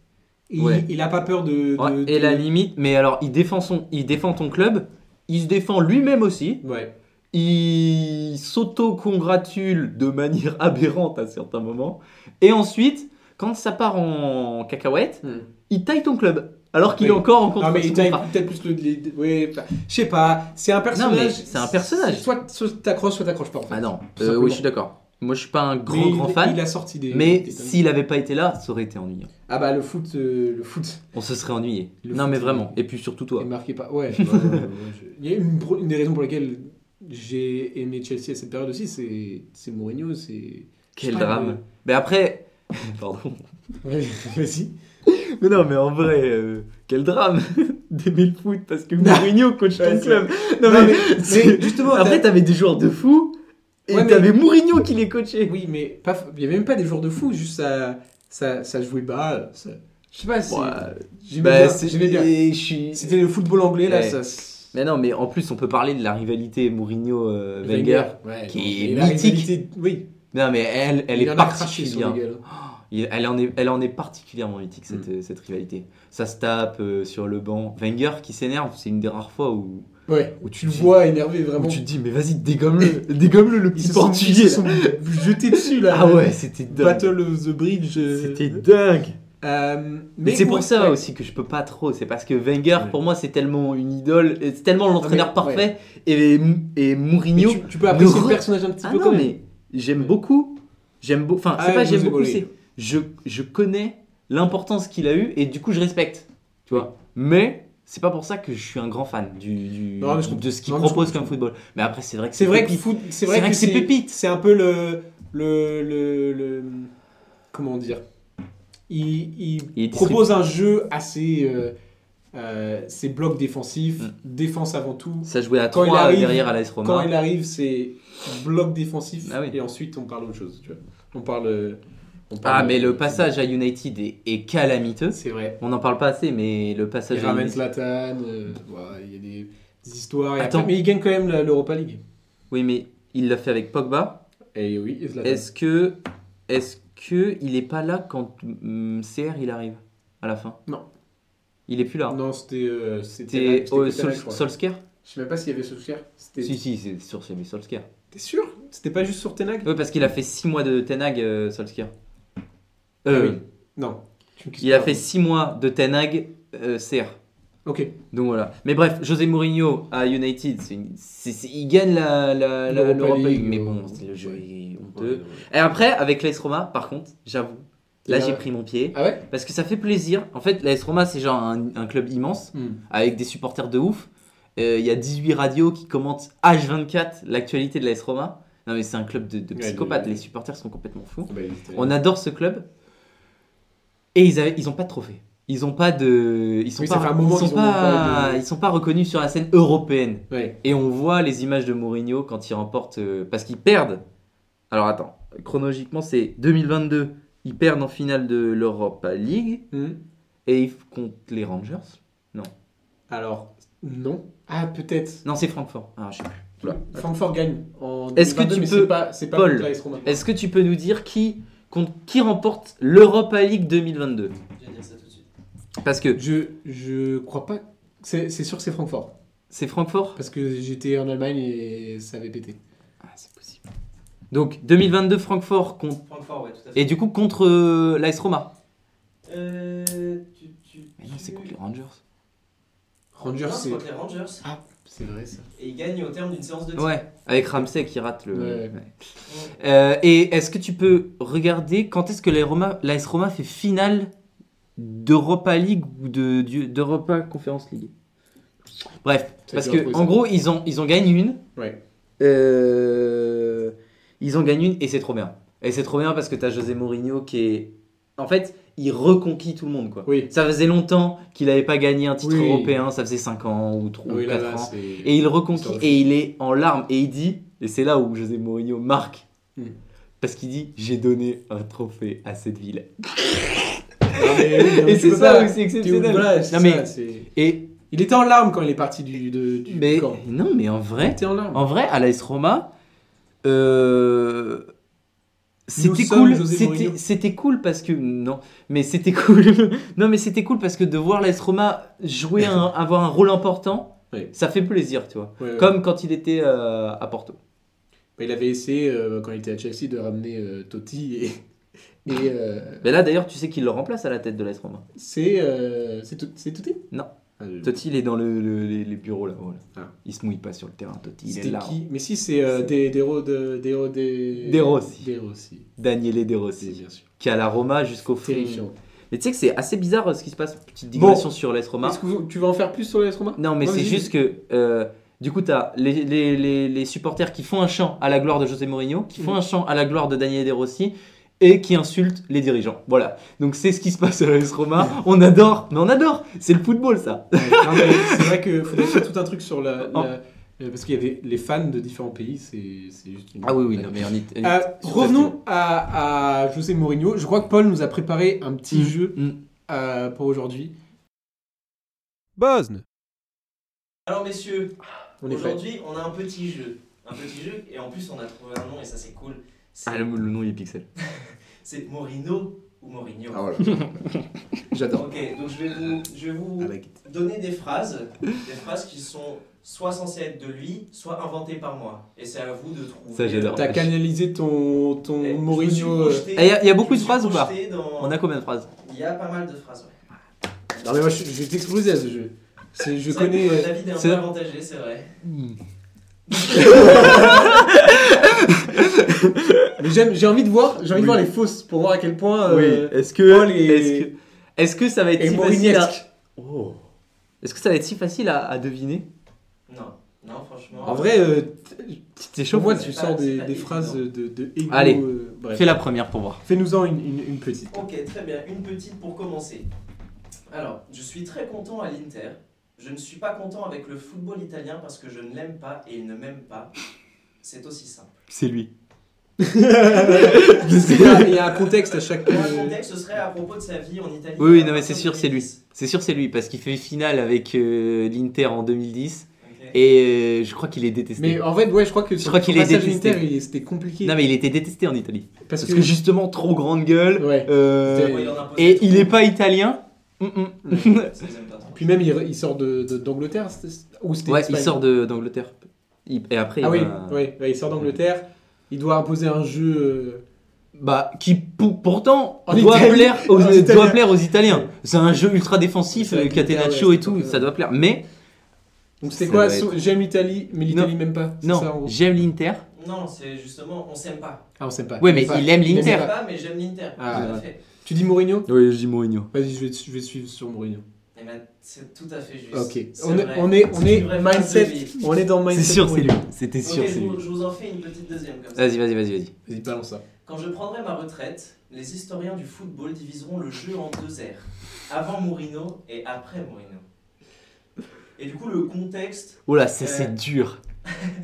[SPEAKER 5] Et
[SPEAKER 6] Ouais.
[SPEAKER 5] il, il a pas peur de. de-
[SPEAKER 6] Ouais, et
[SPEAKER 5] de-
[SPEAKER 6] la limite, mais alors, il défend, son, il défend ton club, il se défend lui-même aussi,
[SPEAKER 5] Ouais.
[SPEAKER 6] il s'auto-congratule de manière aberrante à certains moments, et ensuite, quand ça part en cacahuète,
[SPEAKER 5] Hmm.
[SPEAKER 6] il taille ton club, alors qu'il est
[SPEAKER 5] Oui.
[SPEAKER 6] encore en contre
[SPEAKER 5] Non, mais
[SPEAKER 6] sous
[SPEAKER 5] il taille
[SPEAKER 6] contrat.
[SPEAKER 5] peut-être plus le. les- les- ouais, bah, je sais pas. C'est un personnage.
[SPEAKER 6] mais c'est un personnage.
[SPEAKER 5] Soit soit t'accroches, soit t'accroches pas. En fait.
[SPEAKER 6] Ah non,
[SPEAKER 5] Tout
[SPEAKER 6] Euh,
[SPEAKER 5] simplement.
[SPEAKER 6] oui, je suis d'accord. Moi, je suis pas un grand,
[SPEAKER 5] Mais
[SPEAKER 6] grand
[SPEAKER 5] il,
[SPEAKER 6] fan,
[SPEAKER 5] Il a sorti des.
[SPEAKER 6] mais
[SPEAKER 5] des tonnes.
[SPEAKER 6] s'il avait pas été là, ça aurait été ennuyant.
[SPEAKER 5] Ah bah le foot, euh, le foot.
[SPEAKER 6] On se serait ennuyé.
[SPEAKER 5] Le
[SPEAKER 6] non,
[SPEAKER 5] foot,
[SPEAKER 6] mais
[SPEAKER 5] il-
[SPEAKER 6] vraiment. Et puis surtout toi.
[SPEAKER 5] Il marquait pas. Ouais. ouais, ouais, ouais, je- Il y a une, pro- une des raisons pour lesquelles j'ai aimé Chelsea à cette période aussi, c'est c'est Mourinho, c'est.
[SPEAKER 6] Quel
[SPEAKER 5] Je sais pas,
[SPEAKER 6] drame. Mais après. Pardon.
[SPEAKER 5] Ouais, Vas-y.
[SPEAKER 6] Mais non, mais en vrai, euh, quel drame d'aimer le foot parce que Mourinho coach
[SPEAKER 5] Ouais,
[SPEAKER 6] ton
[SPEAKER 5] c'est-
[SPEAKER 6] club. Non,
[SPEAKER 5] Non,
[SPEAKER 6] mais,
[SPEAKER 5] mais-
[SPEAKER 6] c'est-
[SPEAKER 5] mais justement,
[SPEAKER 6] Après,
[SPEAKER 5] t'as-
[SPEAKER 6] t'avais des joueurs de fous et
[SPEAKER 5] Ouais, mais-
[SPEAKER 6] t'avais Mourinho qui les coachait.
[SPEAKER 5] Oui, mais pas. Il y avait même pas des joueurs de fou. Juste ça, ça, ça jouait bas. ça- Je sais pas. c'est- J'aimais bien, j'aimais bien.
[SPEAKER 6] et je suis-
[SPEAKER 5] C'était le football anglais là.
[SPEAKER 6] Bah, Ouais.
[SPEAKER 5] Ça.
[SPEAKER 6] Mais non, mais en plus, on peut parler de la rivalité Mourinho-Wenger.
[SPEAKER 5] Ouais,
[SPEAKER 6] qui
[SPEAKER 5] bon,
[SPEAKER 6] est
[SPEAKER 5] et la
[SPEAKER 6] mythique.
[SPEAKER 5] rivalité- Oui.
[SPEAKER 6] non, mais elle, elle
[SPEAKER 5] il
[SPEAKER 6] est
[SPEAKER 5] en a craché sur
[SPEAKER 6] particulière.
[SPEAKER 5] les gars, là.
[SPEAKER 6] Il- elle, en est, elle en est particulièrement mythique, cette,
[SPEAKER 5] Mm.
[SPEAKER 6] cette rivalité. Ça se tape euh, sur le banc. Wenger qui s'énerve, c'est une des rares fois où,
[SPEAKER 5] Ouais,
[SPEAKER 6] Où
[SPEAKER 5] où tu
[SPEAKER 6] tu te
[SPEAKER 5] le
[SPEAKER 6] dis-
[SPEAKER 5] vois énervé
[SPEAKER 6] où
[SPEAKER 5] vraiment.
[SPEAKER 6] tu te dis, mais vas-y, dégomme-le, dégomme-le, le
[SPEAKER 5] Ah Ils
[SPEAKER 6] petit
[SPEAKER 5] se sont, ils
[SPEAKER 6] portugais.
[SPEAKER 5] se
[SPEAKER 6] là.
[SPEAKER 5] sont jetés dessus là.
[SPEAKER 6] Ah ouais, c'était dingue.
[SPEAKER 5] Battle of the Bridge. euh,
[SPEAKER 6] C'était dingue.
[SPEAKER 5] euh,
[SPEAKER 6] Mais, c'est
[SPEAKER 5] où-
[SPEAKER 6] pour ça
[SPEAKER 5] ouais.
[SPEAKER 6] aussi que je peux pas trop. C'est parce que Wenger, pour moi, c'est tellement une idole, et c'est tellement l'entraîneur
[SPEAKER 5] Ah, mais-
[SPEAKER 6] parfait. Et, et
[SPEAKER 5] Mais
[SPEAKER 6] Mourinho.
[SPEAKER 5] Tu, tu peux apprécier
[SPEAKER 6] ne
[SPEAKER 5] le
[SPEAKER 6] re-
[SPEAKER 5] personnage un petit
[SPEAKER 6] Ah
[SPEAKER 5] peu
[SPEAKER 6] non,
[SPEAKER 5] quand même.
[SPEAKER 6] mais j'aime beaucoup. J'aime beaucoup. Enfin,
[SPEAKER 5] Ah,
[SPEAKER 6] c'est pas
[SPEAKER 5] José
[SPEAKER 6] j'aime beaucoup,
[SPEAKER 5] Mourinho.
[SPEAKER 6] c'est. Je, je connais l'importance qu'il a eu et du coup, je respecte. Tu vois. Mais c'est pas pour ça que je suis un grand fan du, du-
[SPEAKER 5] Non, mais je comprends.
[SPEAKER 6] de ce qu'il
[SPEAKER 5] Non, mais je
[SPEAKER 6] propose comme football. Mais après, c'est vrai que
[SPEAKER 5] C'est vrai que
[SPEAKER 6] pépite.
[SPEAKER 5] foot- c'est
[SPEAKER 6] C'est
[SPEAKER 5] vrai
[SPEAKER 6] vrai que c'est pépite.
[SPEAKER 5] C'est un peu le le le, le- comment dire. Il, il
[SPEAKER 6] Il est
[SPEAKER 5] propose un jeu assez euh, euh, ses blocs défensifs,
[SPEAKER 6] Mm.
[SPEAKER 5] défense avant tout.
[SPEAKER 6] ça jouait à
[SPEAKER 5] Quand il
[SPEAKER 6] 3
[SPEAKER 5] arrive-
[SPEAKER 6] derrière à l'AS
[SPEAKER 5] Quand
[SPEAKER 6] Roma.
[SPEAKER 5] il arrive, c'est bloc défensif
[SPEAKER 6] Ah oui.
[SPEAKER 5] et ensuite on parle autre chose. Tu vois. On parle. euh, on
[SPEAKER 6] Ah,
[SPEAKER 5] parle-
[SPEAKER 6] mais le passage à United est, est calamiteux.
[SPEAKER 5] C'est vrai.
[SPEAKER 6] On n'en parle pas assez, mais le
[SPEAKER 5] Il
[SPEAKER 6] passage à
[SPEAKER 5] ramène
[SPEAKER 6] United.
[SPEAKER 5] Zlatan. euh, voilà, Il y a des, des histoires. et
[SPEAKER 6] Attends.
[SPEAKER 5] après- mais il gagne quand même la- l'Europa League.
[SPEAKER 6] Oui, mais il l'a fait avec Pogba.
[SPEAKER 5] Et oui, et Zlatan.
[SPEAKER 6] Est-ce que, est-ce que mm, il est pas là quand hum, CR il arrive à la fin
[SPEAKER 5] Non.
[SPEAKER 6] Il est plus là.
[SPEAKER 5] Non, c'était. euh, c'était.
[SPEAKER 6] C'était
[SPEAKER 5] C'était
[SPEAKER 6] euh,
[SPEAKER 5] Cotterêts,
[SPEAKER 6] Sol-
[SPEAKER 5] je crois.
[SPEAKER 6] Solskjaer
[SPEAKER 5] Je sais même pas s'il y avait Solskjaer. C'était.
[SPEAKER 6] Si, si, c'est sûr, c'est mais Solskjaer.
[SPEAKER 5] T'es sûr C'était pas juste sur Tenag
[SPEAKER 6] Oui, parce qu'il a fait 6 mois de Tenag, euh, Solskjaer.
[SPEAKER 5] Ah
[SPEAKER 6] Euh,
[SPEAKER 5] oui. Non. Tu me quittes
[SPEAKER 6] Il a
[SPEAKER 5] pas.
[SPEAKER 6] fait 6 mois de Tenag, euh, CR.
[SPEAKER 5] Ok.
[SPEAKER 6] Donc voilà. Mais bref, José Mourinho à United, c'est une- c'est- c'est- il gagne la, la, la-
[SPEAKER 5] L'Europa
[SPEAKER 6] l'Europa
[SPEAKER 5] League,
[SPEAKER 6] League, mais
[SPEAKER 5] euh,
[SPEAKER 6] bon, c'est le jeu
[SPEAKER 5] ouais.
[SPEAKER 6] il est honteux. Et après, avec l'AS Roma, par contre, j'avoue, là
[SPEAKER 5] Et
[SPEAKER 6] j'ai
[SPEAKER 5] là-
[SPEAKER 6] pris mon pied.
[SPEAKER 5] Ah ouais
[SPEAKER 6] Parce que ça fait plaisir. En fait, l'AS Roma, c'est genre un, un club immense,
[SPEAKER 5] Hmm.
[SPEAKER 6] avec des supporters de ouf. Euh, Il y a 18 radios qui commentent H24 l'actualité de l'AS Roma. Non mais c'est un club de, de
[SPEAKER 5] Ouais,
[SPEAKER 6] psychopathes,
[SPEAKER 5] de-
[SPEAKER 6] les supporters sont complètement fous.
[SPEAKER 5] Bah, il était-
[SPEAKER 6] On adore ce club. Et ils, avaient, ils ont pas de trophée. Ils ont pas de. Ils sont
[SPEAKER 5] Oui, ça
[SPEAKER 6] pas,
[SPEAKER 5] fait un moment
[SPEAKER 6] ils sont
[SPEAKER 5] qu'ils ont
[SPEAKER 6] pas,
[SPEAKER 5] pas de-
[SPEAKER 6] ils sont pas reconnus sur la scène européenne.
[SPEAKER 5] Ouais.
[SPEAKER 6] Et on voit les images de Mourinho quand il remporte. euh, parce qu'ils perdent. Alors attends, chronologiquement, c'est 2022. Ils perdent en finale de l'Europa League.
[SPEAKER 5] Mhm.
[SPEAKER 6] Et ils contre les Rangers.
[SPEAKER 5] Alors, non. Ah, peut-être.
[SPEAKER 6] Non, c'est Francfort. Ah, je sais plus. Oula.
[SPEAKER 5] Francfort gagne en
[SPEAKER 6] Est-ce que
[SPEAKER 5] 2022,
[SPEAKER 6] tu
[SPEAKER 5] mais
[SPEAKER 6] peux-
[SPEAKER 5] c'est pas, c'est pas
[SPEAKER 6] Paul,
[SPEAKER 5] contre l'AS Roma.
[SPEAKER 6] Est-ce que tu peux nous dire qui, contre, qui remporte l'Europa League 2022
[SPEAKER 7] Je vais dire ça tout de suite.
[SPEAKER 6] Parce que
[SPEAKER 5] Je, je crois pas. C'est c'est sûr que c'est Francfort.
[SPEAKER 6] c'est Francfort
[SPEAKER 5] Parce que j'étais en Allemagne et ça avait pété.
[SPEAKER 6] Ah, c'est possible. Donc 2022 Francfort contre
[SPEAKER 7] Francfort, ouais, tout à fait.
[SPEAKER 6] et du coup contre euh, l'AS Roma.
[SPEAKER 7] Euh, tu, tu,
[SPEAKER 6] Mais non, c'est
[SPEAKER 7] tu-
[SPEAKER 6] contre les Rangers.
[SPEAKER 5] Rangers,
[SPEAKER 7] Non, c'est
[SPEAKER 5] c'est. Ah.
[SPEAKER 7] contre les Rangers.
[SPEAKER 5] C'est vrai ça.
[SPEAKER 7] Et ils gagnent au terme d'une séance de tir.
[SPEAKER 6] Ouais, avec Ramsey qui rate le.
[SPEAKER 5] Ouais.
[SPEAKER 6] Ouais. Euh, et est-ce que tu peux regarder quand est-ce que l'AS Roma, l'AS Roma fait finale d'Europa League ou de, du- d'Europa Conference League Bref,
[SPEAKER 5] Ça,
[SPEAKER 6] parce
[SPEAKER 5] tu
[SPEAKER 6] que
[SPEAKER 5] retrouves
[SPEAKER 6] en
[SPEAKER 5] ça.
[SPEAKER 6] gros ils ont ils ont gagné une.
[SPEAKER 5] Ouais.
[SPEAKER 6] Euh, ils ont gagné une et c'est trop bien. Et c'est trop bien parce que t'as José Mourinho qui est en fait il reconquit tout le monde quoi.
[SPEAKER 5] Oui.
[SPEAKER 6] Ça faisait longtemps qu'il n'avait pas gagné un titre
[SPEAKER 5] Oui.
[SPEAKER 6] européen, ça faisait 5 ans ou 3
[SPEAKER 5] Oui,
[SPEAKER 6] ou
[SPEAKER 5] là,
[SPEAKER 6] 4
[SPEAKER 5] là,
[SPEAKER 6] ans.
[SPEAKER 5] c'est.
[SPEAKER 6] Et il reconquit
[SPEAKER 5] Histoire de-
[SPEAKER 6] et il est en larmes et il dit, et c'est là où José Mourinho marque,
[SPEAKER 5] Hmm.
[SPEAKER 6] parce qu'il dit J'ai donné un trophée à cette ville.
[SPEAKER 5] Non, mais oui, non,
[SPEAKER 6] Et
[SPEAKER 5] tu
[SPEAKER 6] c'est
[SPEAKER 5] peux
[SPEAKER 6] ça
[SPEAKER 5] pas.
[SPEAKER 6] où c'est
[SPEAKER 5] Tu-
[SPEAKER 6] exceptionnel.
[SPEAKER 5] voilà, c'est
[SPEAKER 6] non,
[SPEAKER 5] ça,
[SPEAKER 6] mais,
[SPEAKER 5] c'est-
[SPEAKER 6] et,
[SPEAKER 5] Il était en larmes quand il est parti du, de- du
[SPEAKER 6] mais,
[SPEAKER 5] camp.
[SPEAKER 6] non, mais en
[SPEAKER 5] Il
[SPEAKER 6] vrai,
[SPEAKER 5] était en larmes.
[SPEAKER 6] en vrai à l'AS Roma, euh, c'était
[SPEAKER 5] sommes
[SPEAKER 6] cool.
[SPEAKER 5] José
[SPEAKER 6] C'était,
[SPEAKER 5] Mourinho.
[SPEAKER 6] c'était cool parce que. Non, mais c'était cool. non, mais c'était cool parce que de voir l'AS Roma jouer, un- avoir un rôle important,
[SPEAKER 5] Oui.
[SPEAKER 6] ça fait plaisir, tu vois.
[SPEAKER 5] Ouais, ouais.
[SPEAKER 6] Comme quand il était euh, à Porto.
[SPEAKER 5] Bah, il avait essayé, euh, quand il était à Chelsea, de ramener euh, Totti et. et, euh,
[SPEAKER 6] Mais là d'ailleurs, tu sais qu'il le remplace à la tête de l'AS Roma.
[SPEAKER 5] c'est. euh, c'est tout- c'est Totti
[SPEAKER 6] Non.
[SPEAKER 5] Ah, je-
[SPEAKER 6] Totti, il est dans le, le- les, les bureaux là. voilà.
[SPEAKER 5] Ah.
[SPEAKER 6] Il se mouille pas sur le terrain, Totti. Il est
[SPEAKER 5] C'était
[SPEAKER 6] là.
[SPEAKER 5] qui Mais si, c'est euh, des, des, ro- de- des, ro- des,
[SPEAKER 6] Des Rossi.
[SPEAKER 5] Des Rossi,
[SPEAKER 6] Daniele De
[SPEAKER 5] si,
[SPEAKER 6] Rossi,
[SPEAKER 5] bien sûr.
[SPEAKER 6] qui est à la Roma jusqu'au fond.
[SPEAKER 5] Terrifiant.
[SPEAKER 7] Mmh.
[SPEAKER 6] Mais tu sais que c'est assez bizarre euh, ce qui se passe. Petite digression sur l'AS Roma.
[SPEAKER 5] Est-ce que vous- tu veux en faire plus sur les Roma
[SPEAKER 6] Non, mais
[SPEAKER 5] Non,
[SPEAKER 6] c'est
[SPEAKER 5] vas-y.
[SPEAKER 6] juste que euh, du coup, t'as les, les, les, les supporters qui font un chant à la gloire de José Mourinho, qui font
[SPEAKER 5] Mhm.
[SPEAKER 6] un chant à la gloire de Daniele De Rossi et qui insultent les dirigeants. Voilà. Donc c'est ce qui se passe à l'AS Roma. On adore, mais on adore. C'est le football, ça.
[SPEAKER 5] Ouais, non, mais C'est vrai qu'il faudrait faire tout un truc sur la.
[SPEAKER 6] Oh.
[SPEAKER 5] la- euh, parce qu'il y avait les fans de différents pays, c'est c'est juste une.
[SPEAKER 6] Ah oui, oui, non, mais on y- on y-
[SPEAKER 5] Euh, revenons à, à José Mourinho. Je crois que Paul nous a préparé un petit
[SPEAKER 7] Mmh.
[SPEAKER 6] Mm,
[SPEAKER 5] jeu
[SPEAKER 6] mm.
[SPEAKER 5] euh, pour aujourd'hui.
[SPEAKER 4] Bosne.
[SPEAKER 7] Alors, messieurs,
[SPEAKER 5] On est prêt.
[SPEAKER 7] Aujourd'hui, on a un petit jeu. Un petit jeu, et en plus, on a trouvé un nom, et ça, c'est cool. C'est
[SPEAKER 6] Ah, le, le nom il est pixel.
[SPEAKER 7] c'est Morino ou Mourinho.
[SPEAKER 6] Ah,
[SPEAKER 5] J'adore.
[SPEAKER 7] Ok, donc je vais vous, je vais vous donner des phrases, des phrases qui sont soit censées être de lui, soit inventées par moi. Et c'est à vous de trouver.
[SPEAKER 6] Ça, j'adore.
[SPEAKER 5] T'as canalisé ton, ton
[SPEAKER 7] Eh, je me suis
[SPEAKER 5] Mourinho. euh,
[SPEAKER 7] projeté-
[SPEAKER 6] Eh, y a- y a beaucoup
[SPEAKER 7] je me
[SPEAKER 6] de
[SPEAKER 7] suis
[SPEAKER 6] phrases ou pas
[SPEAKER 7] projeté dans-
[SPEAKER 6] On a combien de phrases
[SPEAKER 7] Il y a pas mal de phrases, ouais.
[SPEAKER 5] Non, mais moi, je, je vais t'exploser à ce jeu. C'est- Je
[SPEAKER 7] C'est vrai
[SPEAKER 5] connais.
[SPEAKER 7] que
[SPEAKER 5] euh,
[SPEAKER 7] David est un
[SPEAKER 6] c'est-
[SPEAKER 7] peu avantagé, c'est vrai.
[SPEAKER 5] Ah, mais j'aime- j'ai envie de voir, j'ai envie de voir les fausses pour voir à quel point. euh,
[SPEAKER 6] Est-ce que,
[SPEAKER 5] Paul et-
[SPEAKER 6] est-ce que, est-ce que ça va être
[SPEAKER 5] Et
[SPEAKER 6] si facile à...
[SPEAKER 5] Mourinesque.
[SPEAKER 6] Oh. Est-ce que ça va être si facile à, à deviner
[SPEAKER 7] Non, non, franchement.
[SPEAKER 5] En vrai, euh,
[SPEAKER 6] Tu t'es
[SPEAKER 5] Chaud,
[SPEAKER 6] chaud
[SPEAKER 5] moi,
[SPEAKER 7] c'est
[SPEAKER 5] tu
[SPEAKER 7] pas-
[SPEAKER 5] sors
[SPEAKER 7] c'est
[SPEAKER 5] des,
[SPEAKER 7] pas
[SPEAKER 5] des
[SPEAKER 7] évident.
[SPEAKER 5] phrases de, de ego,
[SPEAKER 6] Allez,
[SPEAKER 5] euh, bref.
[SPEAKER 6] Fais la première pour voir.
[SPEAKER 5] Fais-nous-en une, une- une petite.
[SPEAKER 7] Ok, très bien. Une petite pour commencer. Alors, je suis très content à l'Inter. Je ne suis pas content avec le football italien parce que je ne l'aime pas et il ne m'aime pas. C'est aussi simple.
[SPEAKER 6] C'est lui.
[SPEAKER 5] il, y a, il y a un contexte à chaque. euh,
[SPEAKER 7] Pour un contexte, ce serait à propos de sa vie en Italie.
[SPEAKER 6] Oui, oui,
[SPEAKER 7] à
[SPEAKER 6] non, mais c'est
[SPEAKER 7] partir
[SPEAKER 6] sûr,
[SPEAKER 7] de
[SPEAKER 6] c'est lui.
[SPEAKER 7] 2010.
[SPEAKER 6] C'est sûr, c'est lui parce qu'il fait finale avec euh, l'Inter en 2010
[SPEAKER 7] Ok.
[SPEAKER 6] et euh, je crois qu'il est détesté.
[SPEAKER 5] Mais en fait, ouais, je crois que sur
[SPEAKER 6] crois
[SPEAKER 5] son
[SPEAKER 6] qu'il est
[SPEAKER 5] passage
[SPEAKER 6] détesté.
[SPEAKER 5] unitaire, il- c'était compliqué.
[SPEAKER 6] Non, mais il était détesté en Italie
[SPEAKER 5] parce
[SPEAKER 6] parce que justement trop grande gueule.
[SPEAKER 5] Ouais.
[SPEAKER 6] euh,
[SPEAKER 5] C'était-
[SPEAKER 7] Ah Ouais, il en a posé
[SPEAKER 6] et
[SPEAKER 7] trop.
[SPEAKER 6] il est pas italien Mm, mm.
[SPEAKER 7] Ça, ils aiment pas trop.
[SPEAKER 5] Puis même, il, re- il sort de- de- d'Angleterre de, ou c'était
[SPEAKER 6] Ouais, il
[SPEAKER 5] l'Espagne
[SPEAKER 6] sort de- d'Angleterre. Il- Et après, euh,
[SPEAKER 5] Ah
[SPEAKER 6] il
[SPEAKER 5] oui,
[SPEAKER 6] va-
[SPEAKER 5] ouais, ouais, il sort d'Angleterre. Il doit imposer un jeu. euh,
[SPEAKER 6] Bah, qui pou- pourtant
[SPEAKER 5] En
[SPEAKER 6] doit,
[SPEAKER 5] Italie.
[SPEAKER 6] plaire aux,
[SPEAKER 5] En
[SPEAKER 6] euh, doit
[SPEAKER 5] Italien.
[SPEAKER 6] plaire aux Italiens. C'est un jeu ultra défensif,
[SPEAKER 5] C'est vrai
[SPEAKER 6] euh,
[SPEAKER 5] que l'Italie,
[SPEAKER 6] Catenaccio
[SPEAKER 5] ouais,
[SPEAKER 6] et tout,
[SPEAKER 5] c'est pas-
[SPEAKER 6] ça doit plaire. Mais
[SPEAKER 5] Donc c'est
[SPEAKER 6] Ça
[SPEAKER 5] quoi
[SPEAKER 6] doit être-
[SPEAKER 5] so- J'aime l'Italie, mais l'Italie même pas. c'est
[SPEAKER 6] non,
[SPEAKER 5] ça, en gros
[SPEAKER 6] j'aime l'Inter.
[SPEAKER 7] Non, c'est justement, on s'aime pas.
[SPEAKER 5] Ah, on sait pas.
[SPEAKER 6] Ouais, mais
[SPEAKER 5] pas.
[SPEAKER 6] il aime
[SPEAKER 7] On
[SPEAKER 6] l'Inter.
[SPEAKER 7] s'aime
[SPEAKER 5] Inter.
[SPEAKER 7] pas, mais j'aime l'Inter.
[SPEAKER 5] Ah,
[SPEAKER 7] tout à
[SPEAKER 5] ouais.
[SPEAKER 7] fait.
[SPEAKER 5] Tu dis Mourinho
[SPEAKER 6] Oui, je dis Mourinho.
[SPEAKER 5] Vas-y, je vais, je vais suivre sur Mourinho.
[SPEAKER 7] Eh ben, c'est tout à fait juste.
[SPEAKER 5] Ok.
[SPEAKER 7] C'est
[SPEAKER 5] On est,
[SPEAKER 7] vrai.
[SPEAKER 5] on est, on
[SPEAKER 7] C'est
[SPEAKER 5] est
[SPEAKER 7] une vraie
[SPEAKER 5] mindset.
[SPEAKER 7] phrase de vie.
[SPEAKER 5] On est dans
[SPEAKER 6] C'est
[SPEAKER 5] mindset.
[SPEAKER 6] sûr, c'est lui.
[SPEAKER 5] Mourinho.
[SPEAKER 6] C'était
[SPEAKER 7] Ok,
[SPEAKER 6] sûr,
[SPEAKER 7] je,
[SPEAKER 6] c'est lui.
[SPEAKER 7] vous, je vous en fais une petite deuxième comme ça.
[SPEAKER 6] Vas-y, vas-y, vas-y, vas-y.
[SPEAKER 5] Vas-y, balance ça.
[SPEAKER 7] Quand je prendrai ma retraite, les historiens du football diviseront le jeu en deux ères. Avant Mourinho et après Mourinho. Et du coup, le contexte,
[SPEAKER 6] Oh là, ça
[SPEAKER 7] Euh.
[SPEAKER 6] c'est dur.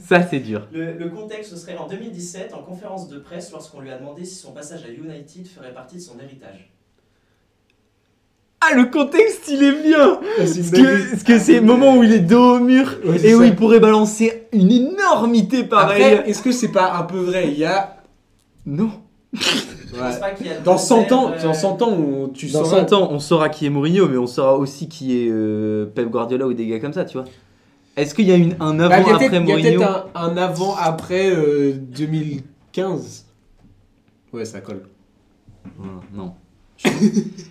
[SPEAKER 6] Ça c'est dur.
[SPEAKER 7] le, le contexte ce serait en 2017, en conférence de presse, lorsqu'on lui a demandé si son passage à United ferait partie de son héritage.
[SPEAKER 6] Ah, le contexte, il est bien.
[SPEAKER 5] Vas-y,
[SPEAKER 6] Parce
[SPEAKER 5] Mbappé.
[SPEAKER 6] que parce que c'est le moment où il est dos au mur
[SPEAKER 5] Ouais, c'est
[SPEAKER 6] et où
[SPEAKER 5] ça.
[SPEAKER 6] il pourrait balancer une énormité pareille.
[SPEAKER 5] Après, est-ce que c'est pas un peu vrai Il y a.
[SPEAKER 6] Non.
[SPEAKER 7] Je pense pas qu'il y a
[SPEAKER 5] Dans
[SPEAKER 7] deux
[SPEAKER 5] 100 ans,
[SPEAKER 7] ères, euh,
[SPEAKER 5] dans 100 ans, on- tu
[SPEAKER 6] Dans
[SPEAKER 5] sauras-
[SPEAKER 6] 100 ans, on saura qui est Mourinho, mais on saura aussi qui est euh, Pep Guardiola ou des gars comme ça, tu vois. Est-ce qu'il y a une,
[SPEAKER 5] Bah,
[SPEAKER 6] un
[SPEAKER 5] Il y a
[SPEAKER 6] avant-après
[SPEAKER 5] peut-être- il y a
[SPEAKER 6] Mourinho
[SPEAKER 5] peut-être un, un avant-après euh, 2015. Ouais, ça colle.
[SPEAKER 6] Hum, Non.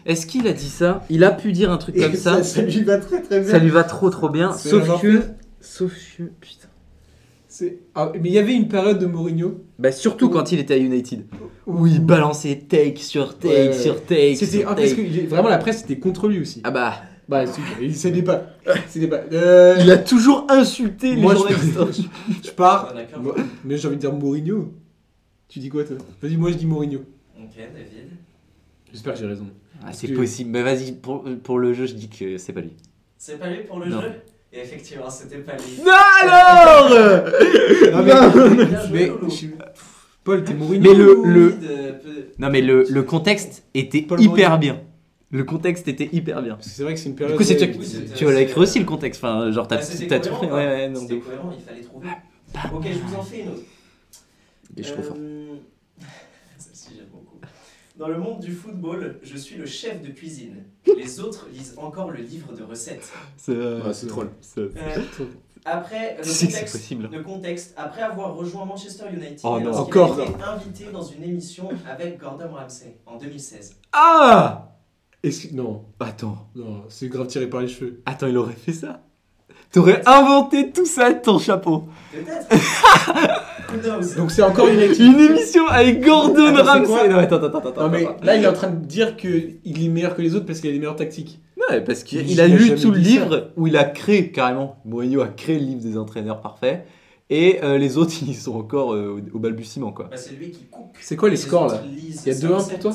[SPEAKER 6] Est-ce qu'il a dit ça Il a pu dire un truc comme ça.
[SPEAKER 5] ça lui va très très bien.
[SPEAKER 6] Ça lui va trop trop bien.
[SPEAKER 5] C'est
[SPEAKER 6] Sauf
[SPEAKER 5] vraiment
[SPEAKER 6] que. Sauf que. Putain.
[SPEAKER 5] C'est- ah, mais il y avait une période de Mourinho.
[SPEAKER 6] Bah, surtout quand il était à United. Où il balançait take sur take
[SPEAKER 5] Ouais, ouais.
[SPEAKER 6] sur take.
[SPEAKER 5] C'était
[SPEAKER 6] sur
[SPEAKER 5] ah,
[SPEAKER 6] take.
[SPEAKER 5] parce que il est- vraiment la presse était contre lui aussi.
[SPEAKER 6] Ah bah.
[SPEAKER 5] Bah, c'est- il s'aidait pas. C'était pas. Euh,
[SPEAKER 6] Il a toujours insulté les
[SPEAKER 5] Moi, je-
[SPEAKER 6] journalistes.
[SPEAKER 5] Je pars.
[SPEAKER 7] Ah, d'accord.
[SPEAKER 5] Moi- mais j'ai envie de dire Mourinho. Tu dis quoi toi Vas-y, moi je dis Mourinho.
[SPEAKER 7] Ok, David.
[SPEAKER 5] J'espère que j'ai raison.
[SPEAKER 6] Ah, c'est possible. Mais vas-y, pour, pour le jeu, je dis que c'est pas lui.
[SPEAKER 7] C'est pas lui pour le
[SPEAKER 6] Non.
[SPEAKER 7] jeu Et effectivement, c'était pas lui.
[SPEAKER 6] Ah, Alors
[SPEAKER 5] Non, mais,
[SPEAKER 7] Bien joué,
[SPEAKER 5] mais-
[SPEAKER 7] Loulou.
[SPEAKER 5] je- Paul, t'es Mourinho.
[SPEAKER 6] Mais le- le-
[SPEAKER 7] David, euh, peut-
[SPEAKER 6] Non mais le, le contexte était
[SPEAKER 5] Paul
[SPEAKER 6] hyper
[SPEAKER 5] Mourinho.
[SPEAKER 6] bien. Le contexte était hyper bien.
[SPEAKER 5] Parce que c'est vrai que c'est une
[SPEAKER 6] Du
[SPEAKER 5] période.
[SPEAKER 6] coup, c'est toi
[SPEAKER 5] ouais,
[SPEAKER 6] qui.
[SPEAKER 7] oui, c'était-
[SPEAKER 6] tu l'as écrit
[SPEAKER 7] c'était-
[SPEAKER 6] aussi le contexte. Enfin, genre, t'as
[SPEAKER 7] euh, Ah, c'était
[SPEAKER 6] t'as tout
[SPEAKER 7] cohérent,
[SPEAKER 6] fait. Ouais,
[SPEAKER 7] quoi.
[SPEAKER 6] ouais, non. Ah, bah,
[SPEAKER 7] C'était
[SPEAKER 6] de-
[SPEAKER 7] cohérent, il fallait trouver. Ok, je vous en fais une autre.
[SPEAKER 6] Mais je suis trop fort.
[SPEAKER 7] Euh, Celle-ci, j'aime beaucoup. Dans le monde du football, je suis le chef de cuisine. Les autres lisent encore le livre de recettes.
[SPEAKER 6] C'est
[SPEAKER 5] Ouais, c'est drôle.
[SPEAKER 6] c'est-
[SPEAKER 7] Euh, après, le
[SPEAKER 6] Tu sais que c'est
[SPEAKER 7] contexte,
[SPEAKER 6] possible.
[SPEAKER 7] le contexte, après avoir rejoint Manchester United,
[SPEAKER 6] Oh
[SPEAKER 7] et
[SPEAKER 6] non.
[SPEAKER 7] lorsqu'il a
[SPEAKER 5] Encore.
[SPEAKER 7] été invité dans une émission avec Gordon Ramsay en 2016.
[SPEAKER 6] Ah
[SPEAKER 5] Est-ce que- Non,
[SPEAKER 6] Attends,
[SPEAKER 5] non, c'est grave tiré par les cheveux.
[SPEAKER 6] attends, il aurait fait ça T'aurais inventé tout ça de ton chapeau.
[SPEAKER 7] Peut-être Who knows
[SPEAKER 5] Donc c'est encore une
[SPEAKER 6] Une émission avec Gordon
[SPEAKER 5] Attends, c'est
[SPEAKER 6] Ramsay.
[SPEAKER 5] quoi
[SPEAKER 6] Non, attends, attends, attends, attends.
[SPEAKER 5] Non mais
[SPEAKER 6] attends.
[SPEAKER 5] là il est en train de dire qu'il est meilleur que les autres parce qu'il a des meilleures tactiques.
[SPEAKER 6] Ouais, parce
[SPEAKER 5] Il-
[SPEAKER 6] qu'il a
[SPEAKER 5] il a
[SPEAKER 6] lu
[SPEAKER 5] jamais
[SPEAKER 6] tout le
[SPEAKER 5] dit ça.
[SPEAKER 6] livre où il a créé carrément. Mourinho a créé le livre des entraîneurs parfaits. Et euh, les autres, ils sont encore euh, au, au balbutiement, quoi.
[SPEAKER 7] Bah, C'est lui qui coupe.
[SPEAKER 5] C'est quoi les scores, là
[SPEAKER 7] Il
[SPEAKER 5] Il y a 2-1 pour toi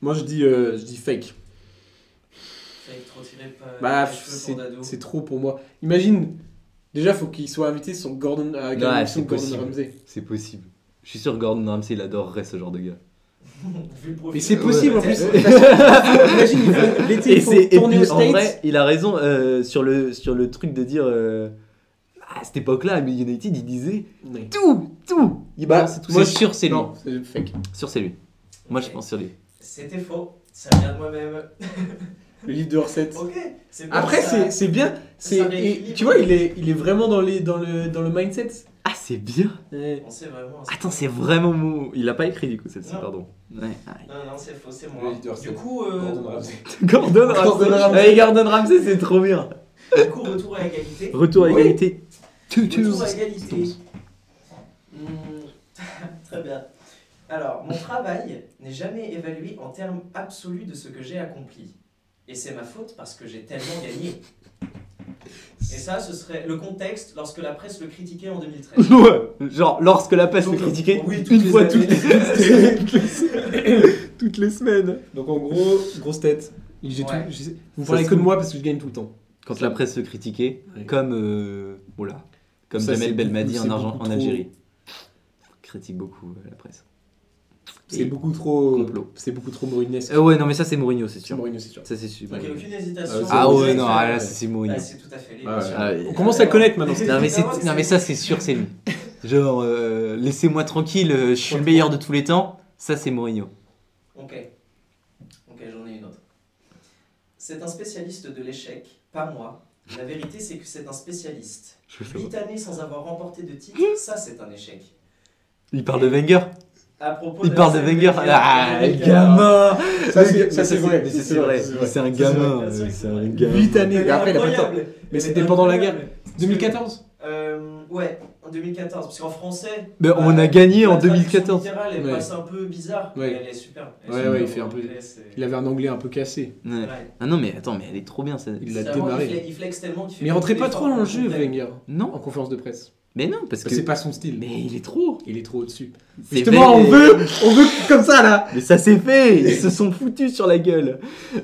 [SPEAKER 5] Moi je dis, euh, je dis fake.
[SPEAKER 7] trop tiré par
[SPEAKER 5] Bah
[SPEAKER 7] les
[SPEAKER 5] pff,
[SPEAKER 7] cheveux
[SPEAKER 5] c'est
[SPEAKER 7] pour Dado.
[SPEAKER 5] c'est trop pour moi. Imagine, déjà faut qu'il soit invité sur Gordon, euh, Gordon,
[SPEAKER 6] Ouais,
[SPEAKER 5] sur
[SPEAKER 6] c'est
[SPEAKER 5] Gordon
[SPEAKER 6] possible.
[SPEAKER 5] Ramsay.
[SPEAKER 6] C'est possible. Je suis sûr que Gordon Ramsay, il adorerait ce genre de gars.
[SPEAKER 7] Vu le profil.
[SPEAKER 5] Mais c'est possible en
[SPEAKER 7] Ouais.
[SPEAKER 5] plus. Imagine, il faut- l'été il
[SPEAKER 6] c'est-
[SPEAKER 5] faut tourner aux
[SPEAKER 6] puis, en
[SPEAKER 5] States.
[SPEAKER 6] vrai, il a raison euh, sur, le, sur le truc de dire. euh, à cette époque-là, à United, il disait
[SPEAKER 5] Oui.
[SPEAKER 6] tout, tout. Il
[SPEAKER 5] Bah,
[SPEAKER 6] balançait tout.
[SPEAKER 5] moi,
[SPEAKER 6] C'est sûr, c'est lui.
[SPEAKER 5] Non, c'est fake.
[SPEAKER 6] Sûr, c'est lui. Moi, je
[SPEAKER 7] Ok.
[SPEAKER 6] pense sur lui.
[SPEAKER 7] C'était faux, ça vient de moi-même.
[SPEAKER 5] Le livre de recettes.
[SPEAKER 7] Ok, c'est bon,
[SPEAKER 5] Après,
[SPEAKER 7] ça-
[SPEAKER 5] Oh, c'est- c'est bien. c'est-
[SPEAKER 7] ça
[SPEAKER 5] et
[SPEAKER 7] rééquilibre.
[SPEAKER 5] Tu vois, il est, il est vraiment dans, les, dans, le, dans le mindset. Euh,
[SPEAKER 6] Ah, c'est bien.
[SPEAKER 5] Ouais.
[SPEAKER 7] On sait vraiment.
[SPEAKER 6] Attends, c'est vraiment mou. Il l'a pas écrit du coup, celle-ci,
[SPEAKER 7] Non.
[SPEAKER 6] pardon. Ouais. ah,
[SPEAKER 7] Non, non, c'est faux, c'est
[SPEAKER 5] Le
[SPEAKER 7] moi.
[SPEAKER 5] leader, c'est
[SPEAKER 7] Du coup, euh,
[SPEAKER 5] Gordon Ramsay.
[SPEAKER 6] Gordon Ramsay.
[SPEAKER 5] Gordon Ramsay.
[SPEAKER 6] Ouais, Gordon Ramsay, c'est trop bien.
[SPEAKER 7] du coup, retour à égalité.
[SPEAKER 6] Retour à
[SPEAKER 5] Oui.
[SPEAKER 6] égalité. Tu- tu-
[SPEAKER 7] Retour à égalité. Hmm, Très bien. Alors, mon travail n'est jamais évalué en termes absolus de ce que j'ai accompli. Et c'est ma faute parce que j'ai tellement gagné. Et ça, ce serait le contexte lorsque la presse le critiquait en 2013.
[SPEAKER 6] Ouais. Genre, lorsque la peste le
[SPEAKER 5] Donc,
[SPEAKER 6] critiquait,
[SPEAKER 5] oui, toutes
[SPEAKER 6] une
[SPEAKER 5] les
[SPEAKER 6] fois
[SPEAKER 5] années.
[SPEAKER 6] toutes les... toutes les semaines.
[SPEAKER 5] Donc en gros, grosse tête. J'ai
[SPEAKER 7] Ouais.
[SPEAKER 5] tout- j'ai- vous
[SPEAKER 6] Ça
[SPEAKER 5] parlez
[SPEAKER 6] se
[SPEAKER 5] que de
[SPEAKER 6] trouve.
[SPEAKER 5] moi parce que je gagne tout le temps.
[SPEAKER 6] Quand la presse le critiquait,
[SPEAKER 5] Ouais.
[SPEAKER 6] comme. euh, oula. Comme
[SPEAKER 5] Ça,
[SPEAKER 6] Jamel
[SPEAKER 5] c'est
[SPEAKER 6] Belmadi
[SPEAKER 5] beaucoup-
[SPEAKER 6] en,
[SPEAKER 5] c'est
[SPEAKER 6] Argent-
[SPEAKER 5] beaucoup
[SPEAKER 6] en
[SPEAKER 5] trop.
[SPEAKER 6] Algérie. Critique beaucoup euh, la presse.
[SPEAKER 5] C'est
[SPEAKER 6] Et-
[SPEAKER 5] beaucoup trop.
[SPEAKER 6] complot.
[SPEAKER 5] C'est beaucoup trop morinesque.
[SPEAKER 6] Euh, ouais, non, mais ça, c'est Mourinho, c'est
[SPEAKER 5] C'est
[SPEAKER 6] sûr.
[SPEAKER 5] Mourinho, c'est sûr.
[SPEAKER 6] Ça, c'est sûr.
[SPEAKER 7] Donc, il n'y a aucune
[SPEAKER 5] Euh,
[SPEAKER 7] hésitation.
[SPEAKER 5] c'est
[SPEAKER 6] Ah
[SPEAKER 5] Mourinho.
[SPEAKER 6] ouais, non,
[SPEAKER 5] Ouais,
[SPEAKER 6] ah, là,
[SPEAKER 5] ouais.
[SPEAKER 6] ça, c'est Mourinho.
[SPEAKER 7] Bah, c'est tout à fait lui.
[SPEAKER 5] Ah,
[SPEAKER 7] bien
[SPEAKER 5] ouais.
[SPEAKER 7] sûr.
[SPEAKER 6] Ah, ouais.
[SPEAKER 5] On commence à le connaître maintenant.
[SPEAKER 6] Non mais, c'est- non, mais ça c'est sûr c'est lui. Genre euh, laissez-moi tranquille, euh, je suis le meilleur de tous les temps. Ça c'est Mourinho.
[SPEAKER 7] Ok. Ok, j'en ai une autre. C'est un spécialiste de l'échec, pas moi. La vérité, c'est que c'est un spécialiste.
[SPEAKER 2] Je sais
[SPEAKER 7] Huit années sans avoir remporté de titre,
[SPEAKER 5] Mmh.
[SPEAKER 7] ça c'est un échec.
[SPEAKER 6] Il parle de Wenger.
[SPEAKER 7] À propos
[SPEAKER 6] Il
[SPEAKER 7] la
[SPEAKER 6] parle de
[SPEAKER 7] scène
[SPEAKER 6] Wenger. Ah, le gamin
[SPEAKER 5] Ça,
[SPEAKER 6] Le
[SPEAKER 5] c'est-
[SPEAKER 6] gars-
[SPEAKER 5] ça, c'est
[SPEAKER 6] mais
[SPEAKER 5] vrai.
[SPEAKER 6] mais
[SPEAKER 5] Ça, c'est
[SPEAKER 6] C'est
[SPEAKER 5] vrai,
[SPEAKER 6] vrai.
[SPEAKER 5] c'est
[SPEAKER 6] Mais
[SPEAKER 5] vrai.
[SPEAKER 6] C'est un
[SPEAKER 7] Ça, c'est vrai.
[SPEAKER 6] gamin.
[SPEAKER 7] Ça,
[SPEAKER 6] mais
[SPEAKER 7] c'est
[SPEAKER 6] C'est
[SPEAKER 7] vrai.
[SPEAKER 6] un gamin.
[SPEAKER 5] Huit années.
[SPEAKER 7] Elle est
[SPEAKER 5] Et après, il a pas le temps.
[SPEAKER 7] incroyable.
[SPEAKER 5] Mais
[SPEAKER 7] Elle
[SPEAKER 5] c'était
[SPEAKER 7] est
[SPEAKER 5] pendant la
[SPEAKER 7] incroyable.
[SPEAKER 5] guerre. 2014
[SPEAKER 7] Euh, ouais, en 2014. Parce qu'en français.
[SPEAKER 6] Mais on
[SPEAKER 7] bah,
[SPEAKER 6] a gagné en
[SPEAKER 7] la traduction
[SPEAKER 6] 2014.
[SPEAKER 7] littérale, elle
[SPEAKER 5] Ouais.
[SPEAKER 7] passe un peu bizarre.
[SPEAKER 5] Ouais.
[SPEAKER 7] mais Elle est super. Elle est
[SPEAKER 5] Ouais,
[SPEAKER 7] super
[SPEAKER 5] ouais, il
[SPEAKER 7] en
[SPEAKER 5] fait un peu-
[SPEAKER 7] anglais, c'est-
[SPEAKER 5] Il avait un anglais un peu cassé.
[SPEAKER 6] Ouais.
[SPEAKER 7] Ouais.
[SPEAKER 6] Ah non, mais attends, mais elle est trop bien. ça.
[SPEAKER 5] Il l'a
[SPEAKER 7] C'est vraiment,
[SPEAKER 5] démarré.
[SPEAKER 7] Il, fle- il flex tellement qu'il fait.
[SPEAKER 5] Mais il rentrait
[SPEAKER 7] beaucoup
[SPEAKER 5] pas trop
[SPEAKER 7] d'efforts
[SPEAKER 5] dans le
[SPEAKER 7] pour
[SPEAKER 5] jeu,
[SPEAKER 7] contrer.
[SPEAKER 5] Wenger, en
[SPEAKER 6] Non,
[SPEAKER 5] conférence de presse.
[SPEAKER 6] mais non, parce que.
[SPEAKER 5] C'est pas son style.
[SPEAKER 6] Mais il est trop.
[SPEAKER 5] Il est trop au-dessus.
[SPEAKER 6] C'est
[SPEAKER 5] Justement, on
[SPEAKER 6] Wenger.
[SPEAKER 5] veut, on veut comme ça là.
[SPEAKER 6] Mais ça s'est fait Euh, Ils se sont foutus sur la gueule
[SPEAKER 5] Il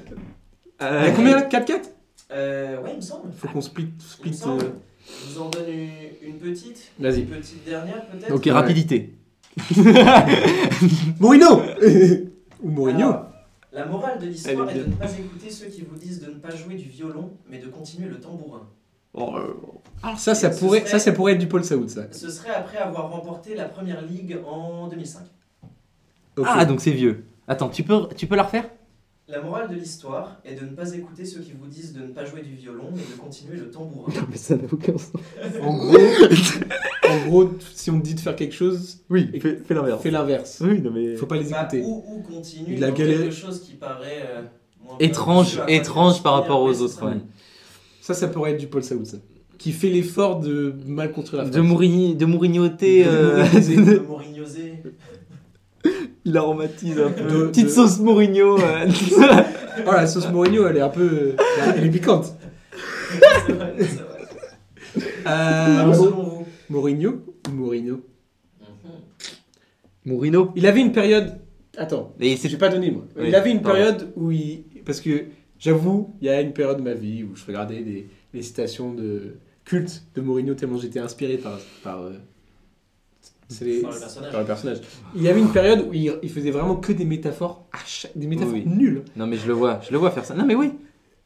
[SPEAKER 5] y a combien là 4-4
[SPEAKER 7] Euh, ouais, il me semble.
[SPEAKER 5] Faut qu'on split.
[SPEAKER 7] Il me
[SPEAKER 5] split
[SPEAKER 7] semble.
[SPEAKER 5] euh,
[SPEAKER 7] Je vous en donne une, une petite.
[SPEAKER 5] Vas-y.
[SPEAKER 7] Une petite dernière peut-être.
[SPEAKER 6] Ok,
[SPEAKER 5] Ouais.
[SPEAKER 6] rapidité.
[SPEAKER 5] Mourinho Ou Mourinho
[SPEAKER 7] Alors, La morale de l'histoire
[SPEAKER 6] Elle
[SPEAKER 7] est,
[SPEAKER 6] est
[SPEAKER 7] de ne pas écouter ceux qui vous disent de ne pas jouer du violon, mais de continuer le tambourin.
[SPEAKER 6] Oh, euh,
[SPEAKER 5] Ça, ça
[SPEAKER 7] ce
[SPEAKER 5] pourrait,
[SPEAKER 7] serait-
[SPEAKER 5] ça, ça pourrait être du Paul Saoud, ça.
[SPEAKER 7] Ce serait après avoir remporté la première ligue en 2005.
[SPEAKER 5] Ok.
[SPEAKER 6] Ah, donc c'est vieux. Attends, tu peux, tu peux la refaire
[SPEAKER 7] La morale de l'histoire est de ne pas écouter ceux qui vous disent de ne pas jouer du violon, mais de continuer le tambourin.
[SPEAKER 6] Mais ça n'a aucun sens.
[SPEAKER 5] En gros, en gros, si on te dit de faire quelque chose,
[SPEAKER 6] Oui,
[SPEAKER 5] Et-
[SPEAKER 6] fais, fais l'inverse.
[SPEAKER 5] fais l'inverse.
[SPEAKER 6] Oui, non mais.
[SPEAKER 5] Faut pas les
[SPEAKER 7] Bah,
[SPEAKER 5] écouter.
[SPEAKER 7] ou, ou continue
[SPEAKER 5] Il a
[SPEAKER 7] dans
[SPEAKER 5] galéré.
[SPEAKER 7] quelque chose qui paraît euh, moins
[SPEAKER 6] Étrange,
[SPEAKER 7] bon, tu vois,
[SPEAKER 6] étrange par
[SPEAKER 7] après,
[SPEAKER 6] rapport aux
[SPEAKER 7] c'est
[SPEAKER 6] autres.
[SPEAKER 7] ça.
[SPEAKER 6] ouais.
[SPEAKER 5] Ça, ça pourrait être du Paul Saoud, ça. Qui fait l'effort de mal construire la
[SPEAKER 6] De,
[SPEAKER 5] phrase.
[SPEAKER 6] Mourinho, de Mourignoter.
[SPEAKER 5] De
[SPEAKER 6] euh,
[SPEAKER 7] De Mourinhoser.
[SPEAKER 6] Il aromatise un peu.
[SPEAKER 5] De-
[SPEAKER 6] Petite
[SPEAKER 5] de-
[SPEAKER 6] sauce Mourinho. euh,
[SPEAKER 5] Oh, la sauce Mourinho, elle est un peu. Elle est piquante.
[SPEAKER 7] C'est vrai, c'est vrai.
[SPEAKER 6] Ah,
[SPEAKER 5] Euh,
[SPEAKER 7] Alors,
[SPEAKER 5] Mo-
[SPEAKER 7] selon vous.
[SPEAKER 5] Mourinho ou Mourinho
[SPEAKER 7] Mhm.
[SPEAKER 6] Mourinho.
[SPEAKER 5] Il avait une période. Attends,
[SPEAKER 6] Mais c'est
[SPEAKER 5] j'ai pas donné moi.
[SPEAKER 6] Oui,
[SPEAKER 5] il avait une
[SPEAKER 6] pardon.
[SPEAKER 5] période où il. Parce que j'avoue, il y a une période de ma vie où je regardais des, des citations de culte de Mourinho tellement j'étais inspiré par. par euh, c'est les-
[SPEAKER 7] Par le personnage.
[SPEAKER 5] par le personnage. Il y avait une période où il, il faisait vraiment que des métaphores, à chaque- des métaphores
[SPEAKER 6] Oui.
[SPEAKER 5] nulles.
[SPEAKER 6] Non mais je le vois, je le vois faire ça. Non mais oui,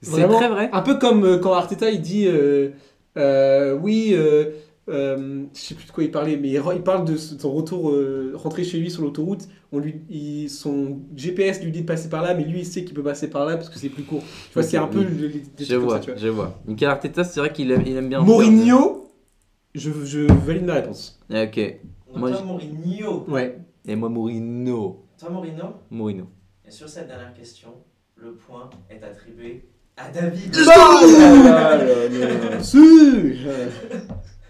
[SPEAKER 6] c'est
[SPEAKER 5] Vraiment.
[SPEAKER 6] très vrai.
[SPEAKER 5] Un peu comme euh, quand Arteta il dit euh, euh, oui, euh, euh, je sais plus de quoi il parlait, mais il, re- il parle de s- son retour euh, rentré chez lui sur l'autoroute. On lui, il- son GPS lui dit de passer par là, mais lui il sait qu'il peut passer par là parce que c'est plus court. Tu vois,
[SPEAKER 6] Ok,
[SPEAKER 5] c'est un peu
[SPEAKER 6] oui.
[SPEAKER 5] le- les- des
[SPEAKER 6] Je
[SPEAKER 5] trucs comme
[SPEAKER 6] vois,
[SPEAKER 5] ça, tu vois.
[SPEAKER 6] je vois. Michael Arteta, c'est vrai qu'il aime, il aime bien.
[SPEAKER 5] Mourinho, je, je valide ma réponse.
[SPEAKER 6] faire de- Ok.
[SPEAKER 7] Donc,
[SPEAKER 6] Moi,
[SPEAKER 7] toi,
[SPEAKER 6] je-
[SPEAKER 7] Mourinho.
[SPEAKER 5] Ouais.
[SPEAKER 6] Et moi Mourinho.
[SPEAKER 7] Toi, Mourinho.
[SPEAKER 6] Mourinho.
[SPEAKER 7] Et sur cette dernière question, le point est attribué à David.
[SPEAKER 5] Oh Si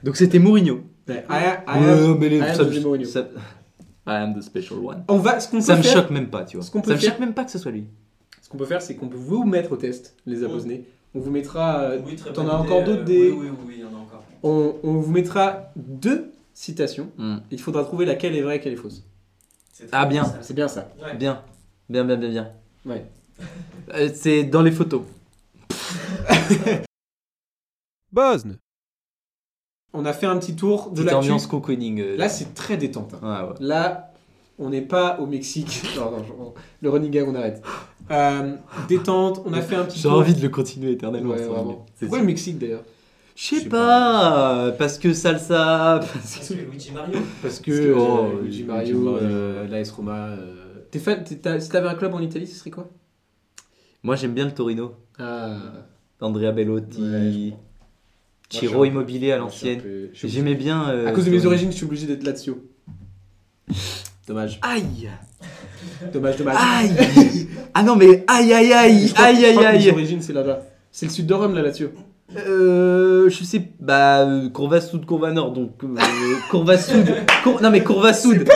[SPEAKER 6] Donc c'était Mourinho.
[SPEAKER 5] Ouais, I am- I am-
[SPEAKER 6] Ouais, mais les-
[SPEAKER 5] I am
[SPEAKER 6] ça me-
[SPEAKER 5] the Mourinho.
[SPEAKER 6] ça- I am the special one.
[SPEAKER 5] On va, ce qu'on peut
[SPEAKER 6] Ça me
[SPEAKER 5] faire,
[SPEAKER 6] choque même pas, tu vois.
[SPEAKER 5] Ce qu'on peut
[SPEAKER 6] Ça me
[SPEAKER 5] faire-
[SPEAKER 6] choque même pas que ce soit lui.
[SPEAKER 5] ce qu'on peut faire, c'est qu'on peut vous mettre au test, les abonnés. On vous mettra euh,
[SPEAKER 7] Oui, très
[SPEAKER 5] t'en
[SPEAKER 7] bonne
[SPEAKER 5] as
[SPEAKER 7] idée,
[SPEAKER 5] encore d'autres
[SPEAKER 7] euh,
[SPEAKER 5] des-
[SPEAKER 7] Oui, oui, oui, il y en a encore.
[SPEAKER 5] On, on vous mettra deux citations.
[SPEAKER 6] Hmm.
[SPEAKER 5] Il faudra trouver laquelle est vraie et laquelle est fausse.
[SPEAKER 7] C'est
[SPEAKER 6] Ah,
[SPEAKER 7] très
[SPEAKER 6] bien.
[SPEAKER 7] ça.
[SPEAKER 5] C'est bien ça.
[SPEAKER 7] Ouais.
[SPEAKER 6] Bien, bien, bien, bien, bien.
[SPEAKER 5] Ouais.
[SPEAKER 6] Euh, c'est dans les photos.
[SPEAKER 4] Bosne.
[SPEAKER 5] On a fait un petit tour de
[SPEAKER 6] Petite
[SPEAKER 5] l'actu.
[SPEAKER 6] ambiance cocooning. euh,
[SPEAKER 5] Là, c'est très détente. hein.
[SPEAKER 6] Ouais, ouais.
[SPEAKER 5] Là, on n'est pas au Mexique. Non, non, je- on- le running gag, on arrête. Euh, détente, on a fait un petit
[SPEAKER 6] J'ai
[SPEAKER 5] tour.
[SPEAKER 6] envie de le continuer éternellement.
[SPEAKER 5] Ouais,
[SPEAKER 6] ça,
[SPEAKER 5] vraiment.
[SPEAKER 6] c'est
[SPEAKER 5] Pourquoi
[SPEAKER 6] sûr.
[SPEAKER 5] le Mexique d'ailleurs
[SPEAKER 6] Je sais pas, parce que salsa, parce
[SPEAKER 7] Parce
[SPEAKER 6] que
[SPEAKER 7] que Luigi Mario.
[SPEAKER 5] Parce que
[SPEAKER 6] Parce que, oh,
[SPEAKER 5] euh, Luigi
[SPEAKER 6] Luigi
[SPEAKER 5] Mario,
[SPEAKER 6] Mario.
[SPEAKER 5] euh, l'AS Roma. euh, T'es fan t'es- t'as- Si t'avais un club en Italie, ce serait quoi
[SPEAKER 6] Moi j'aime bien le Torino.
[SPEAKER 5] Ah,
[SPEAKER 6] Andrea
[SPEAKER 5] Ouais, je
[SPEAKER 6] Bellotti,
[SPEAKER 5] Moi,
[SPEAKER 6] Chiro
[SPEAKER 5] je suis un-
[SPEAKER 6] Immobilier à
[SPEAKER 5] je suis un
[SPEAKER 6] l'ancienne.
[SPEAKER 5] peu- je suis-
[SPEAKER 6] J'aimais bien. euh,
[SPEAKER 5] À cause de mes
[SPEAKER 6] Torino.
[SPEAKER 5] origines, je suis obligé d'être Lazio. Dommage.
[SPEAKER 6] Aïe
[SPEAKER 5] Dommage, dommage.
[SPEAKER 6] Aïe Ah non mais aïe aïe aïe
[SPEAKER 5] Je crois-
[SPEAKER 6] aïe
[SPEAKER 5] je crois
[SPEAKER 6] aïe
[SPEAKER 5] que mes
[SPEAKER 6] aïe
[SPEAKER 5] origines, c'est là-bas. C'est le sud de Rome, là, là-dessus.
[SPEAKER 6] Euh. Je sais. Bah. euh, Courva Sud, Courva Nord donc. euh, Courva Sud. Cour- Non mais Courva Sud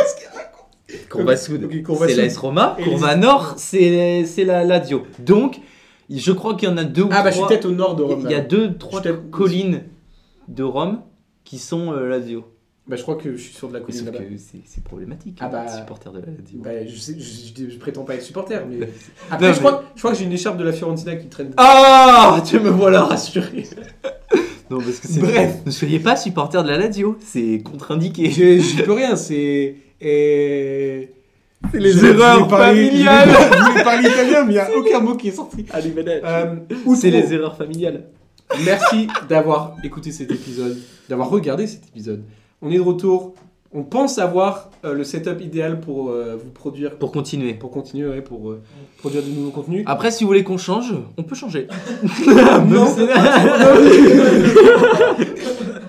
[SPEAKER 6] Courva Sud.
[SPEAKER 5] Ok, Courva
[SPEAKER 6] C'est
[SPEAKER 5] Sud.
[SPEAKER 6] l'AS Roma.
[SPEAKER 5] Et les-
[SPEAKER 6] Courva Nord c'est c'est la Lazio. Donc je crois qu'il y en a deux ou
[SPEAKER 5] Ah, bah, je suis
[SPEAKER 6] trois.
[SPEAKER 5] peut-être au nord de Rome.
[SPEAKER 6] Il y a
[SPEAKER 5] là.
[SPEAKER 6] deux, trois
[SPEAKER 5] Je t'ai-
[SPEAKER 6] collines de Rome qui sont euh, Lazio.
[SPEAKER 5] Bah, je crois que je suis sur de la
[SPEAKER 6] Mais
[SPEAKER 5] colline
[SPEAKER 6] sauf
[SPEAKER 5] là-bas.
[SPEAKER 6] que c'est c'est problématique,
[SPEAKER 5] Ah
[SPEAKER 6] hein,
[SPEAKER 5] bah-
[SPEAKER 6] d'être supporter de la Lazio.
[SPEAKER 5] Bah, je, sais- je- je- je prétends pas être supporter, mais.
[SPEAKER 6] Non,
[SPEAKER 5] Après, je
[SPEAKER 6] mais-
[SPEAKER 5] crois, je crois que j'ai une écharpe de la Fiorentina qui traîne.
[SPEAKER 6] Ah Tu me voilà rassuré Non, parce que c'est.
[SPEAKER 5] Bref.
[SPEAKER 6] Ne soyez pas supporter de la Lazio, c'est contre-indiqué.
[SPEAKER 5] Je- J'y peux rien, c'est. Et.
[SPEAKER 6] les
[SPEAKER 5] Je- je
[SPEAKER 6] erreurs
[SPEAKER 5] voulais parler-
[SPEAKER 6] familiales.
[SPEAKER 5] Je voulais- je voulais parler italien, mais il n'y a aucun mot qui est sorti.
[SPEAKER 6] Allez,
[SPEAKER 5] Euh,
[SPEAKER 6] C'est
[SPEAKER 5] Outro.
[SPEAKER 6] les erreurs familiales.
[SPEAKER 5] Merci d'avoir écouté cet épisode, d'avoir regardé cet épisode. On est de retour on pense avoir euh, le setup idéal pour euh, vous produire,
[SPEAKER 6] Pour continuer.
[SPEAKER 5] pour continuer, ouais, pour euh, produire de nouveaux contenus.
[SPEAKER 6] Après, si vous voulez qu'on change, on peut changer. bah,
[SPEAKER 5] Non,
[SPEAKER 6] c'est-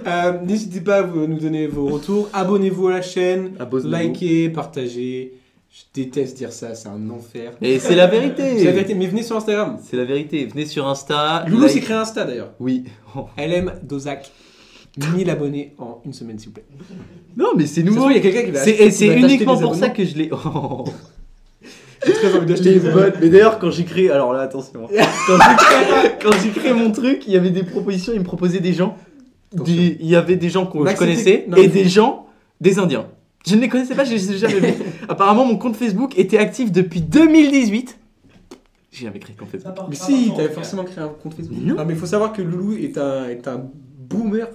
[SPEAKER 5] Euh, N'hésitez pas à vous- nous donner vos retours. Abonnez-vous à la chaîne,
[SPEAKER 6] Abonnez-vous.
[SPEAKER 5] likez, partagez. Je déteste dire ça, c'est un enfer.
[SPEAKER 6] Et c'est la
[SPEAKER 5] C'est la vérité,
[SPEAKER 6] vérité.
[SPEAKER 5] mais venez sur Instagram.
[SPEAKER 6] C'est la vérité. Venez sur Insta.
[SPEAKER 5] Loulou
[SPEAKER 6] like-
[SPEAKER 5] s'est créé Insta d'ailleurs.
[SPEAKER 6] Oui.
[SPEAKER 5] LM Dozac. 1000 abonnés en une semaine, s'il vous plaît.
[SPEAKER 6] Non, mais
[SPEAKER 5] Ça
[SPEAKER 6] c'est
[SPEAKER 5] se
[SPEAKER 6] nouveau.
[SPEAKER 5] trouve, il y a quelqu'un qui va
[SPEAKER 6] C'est
[SPEAKER 5] acheter-
[SPEAKER 6] et
[SPEAKER 5] qui
[SPEAKER 6] c'est
[SPEAKER 5] va t'acheter
[SPEAKER 6] uniquement
[SPEAKER 5] des
[SPEAKER 6] pour ça
[SPEAKER 5] abonnements.
[SPEAKER 6] que je l'ai. Oh.
[SPEAKER 5] J'ai très envie d'acheter
[SPEAKER 6] Les
[SPEAKER 5] des
[SPEAKER 6] bots. Mais d'ailleurs, quand j'ai créé, alors là, attention, hein. quand j'ai créé, quand j'ai créé mon truc, il y avait des propositions, ils me proposaient des gens, des- il y avait des gens que je
[SPEAKER 5] Max,
[SPEAKER 6] connaissais
[SPEAKER 5] Bah, c'était- non,
[SPEAKER 6] et
[SPEAKER 5] mais-
[SPEAKER 6] des gens, des Indiens. Je ne les connaissais pas, je les ai jamais vus. Apparemment, mon compte Facebook était actif depuis 2018. J'ai jamais créé de compte
[SPEAKER 7] Ça
[SPEAKER 6] Facebook.
[SPEAKER 7] part-
[SPEAKER 5] Mais
[SPEAKER 7] ça
[SPEAKER 5] si,
[SPEAKER 7] part en
[SPEAKER 5] t'avais
[SPEAKER 7] tout cas.
[SPEAKER 5] forcément créé un compte Facebook.
[SPEAKER 6] Mais non.
[SPEAKER 5] mais il faut savoir que Loulou est un, est un boomer.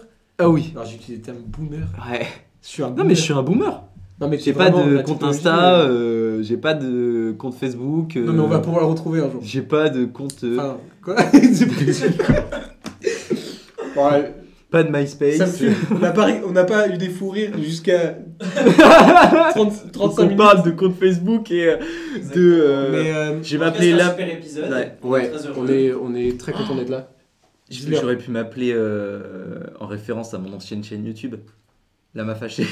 [SPEAKER 6] Ah oui.
[SPEAKER 5] Alors j'ai utilisé le terme boomer.
[SPEAKER 6] Ouais.
[SPEAKER 5] Je suis un
[SPEAKER 6] Non
[SPEAKER 5] boomer.
[SPEAKER 6] mais je suis un boomer.
[SPEAKER 5] Non, mais
[SPEAKER 6] J'ai
[SPEAKER 5] c'est
[SPEAKER 6] pas
[SPEAKER 5] vraiment
[SPEAKER 6] de
[SPEAKER 5] la
[SPEAKER 6] compte
[SPEAKER 5] technologie,
[SPEAKER 6] Insta,
[SPEAKER 5] euh,
[SPEAKER 6] euh, j'ai pas de compte Facebook. euh,
[SPEAKER 5] Non, mais on va pouvoir le retrouver un jour.
[SPEAKER 6] J'ai pas de compte, euh,
[SPEAKER 5] Enfin, quoi C'est pas- Bon, ouais,
[SPEAKER 6] pas de MySpace.
[SPEAKER 5] ça me tue. On n'a pas, ri- on n'a pas eu des fous rires jusqu'à 30
[SPEAKER 6] Donc
[SPEAKER 5] 35
[SPEAKER 6] on
[SPEAKER 5] minutes.
[SPEAKER 6] parle de compte Facebook et euh, de. euh,
[SPEAKER 5] Mais euh,
[SPEAKER 6] je vais
[SPEAKER 7] En tout cas,
[SPEAKER 6] m'appeler
[SPEAKER 7] c'est un
[SPEAKER 6] là.
[SPEAKER 7] super épisode.
[SPEAKER 6] Ouais.
[SPEAKER 7] On est
[SPEAKER 5] ouais,
[SPEAKER 7] très heureux.
[SPEAKER 5] on est, on est très content d'être là.
[SPEAKER 6] Je- J'aurais pu m'appeler euh, en référence à mon ancienne chaîne YouTube. La m'a fâché.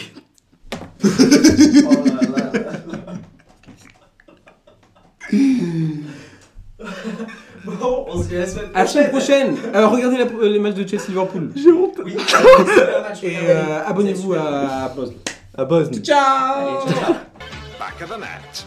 [SPEAKER 7] Oh là là là. Bon, on se dit à la semaine
[SPEAKER 5] À la semaine prochaine Euh, Regardez la- euh, les matchs de Chelsea Liverpool.
[SPEAKER 6] J'ai honte.
[SPEAKER 7] Oui, c'est un match.
[SPEAKER 5] Et
[SPEAKER 7] regardez.
[SPEAKER 5] euh, abonnez-vous
[SPEAKER 7] C'est super.
[SPEAKER 5] à Buzz.
[SPEAKER 6] À Bosne.
[SPEAKER 5] Ciao
[SPEAKER 7] Allez, ciao.
[SPEAKER 1] Back of the net.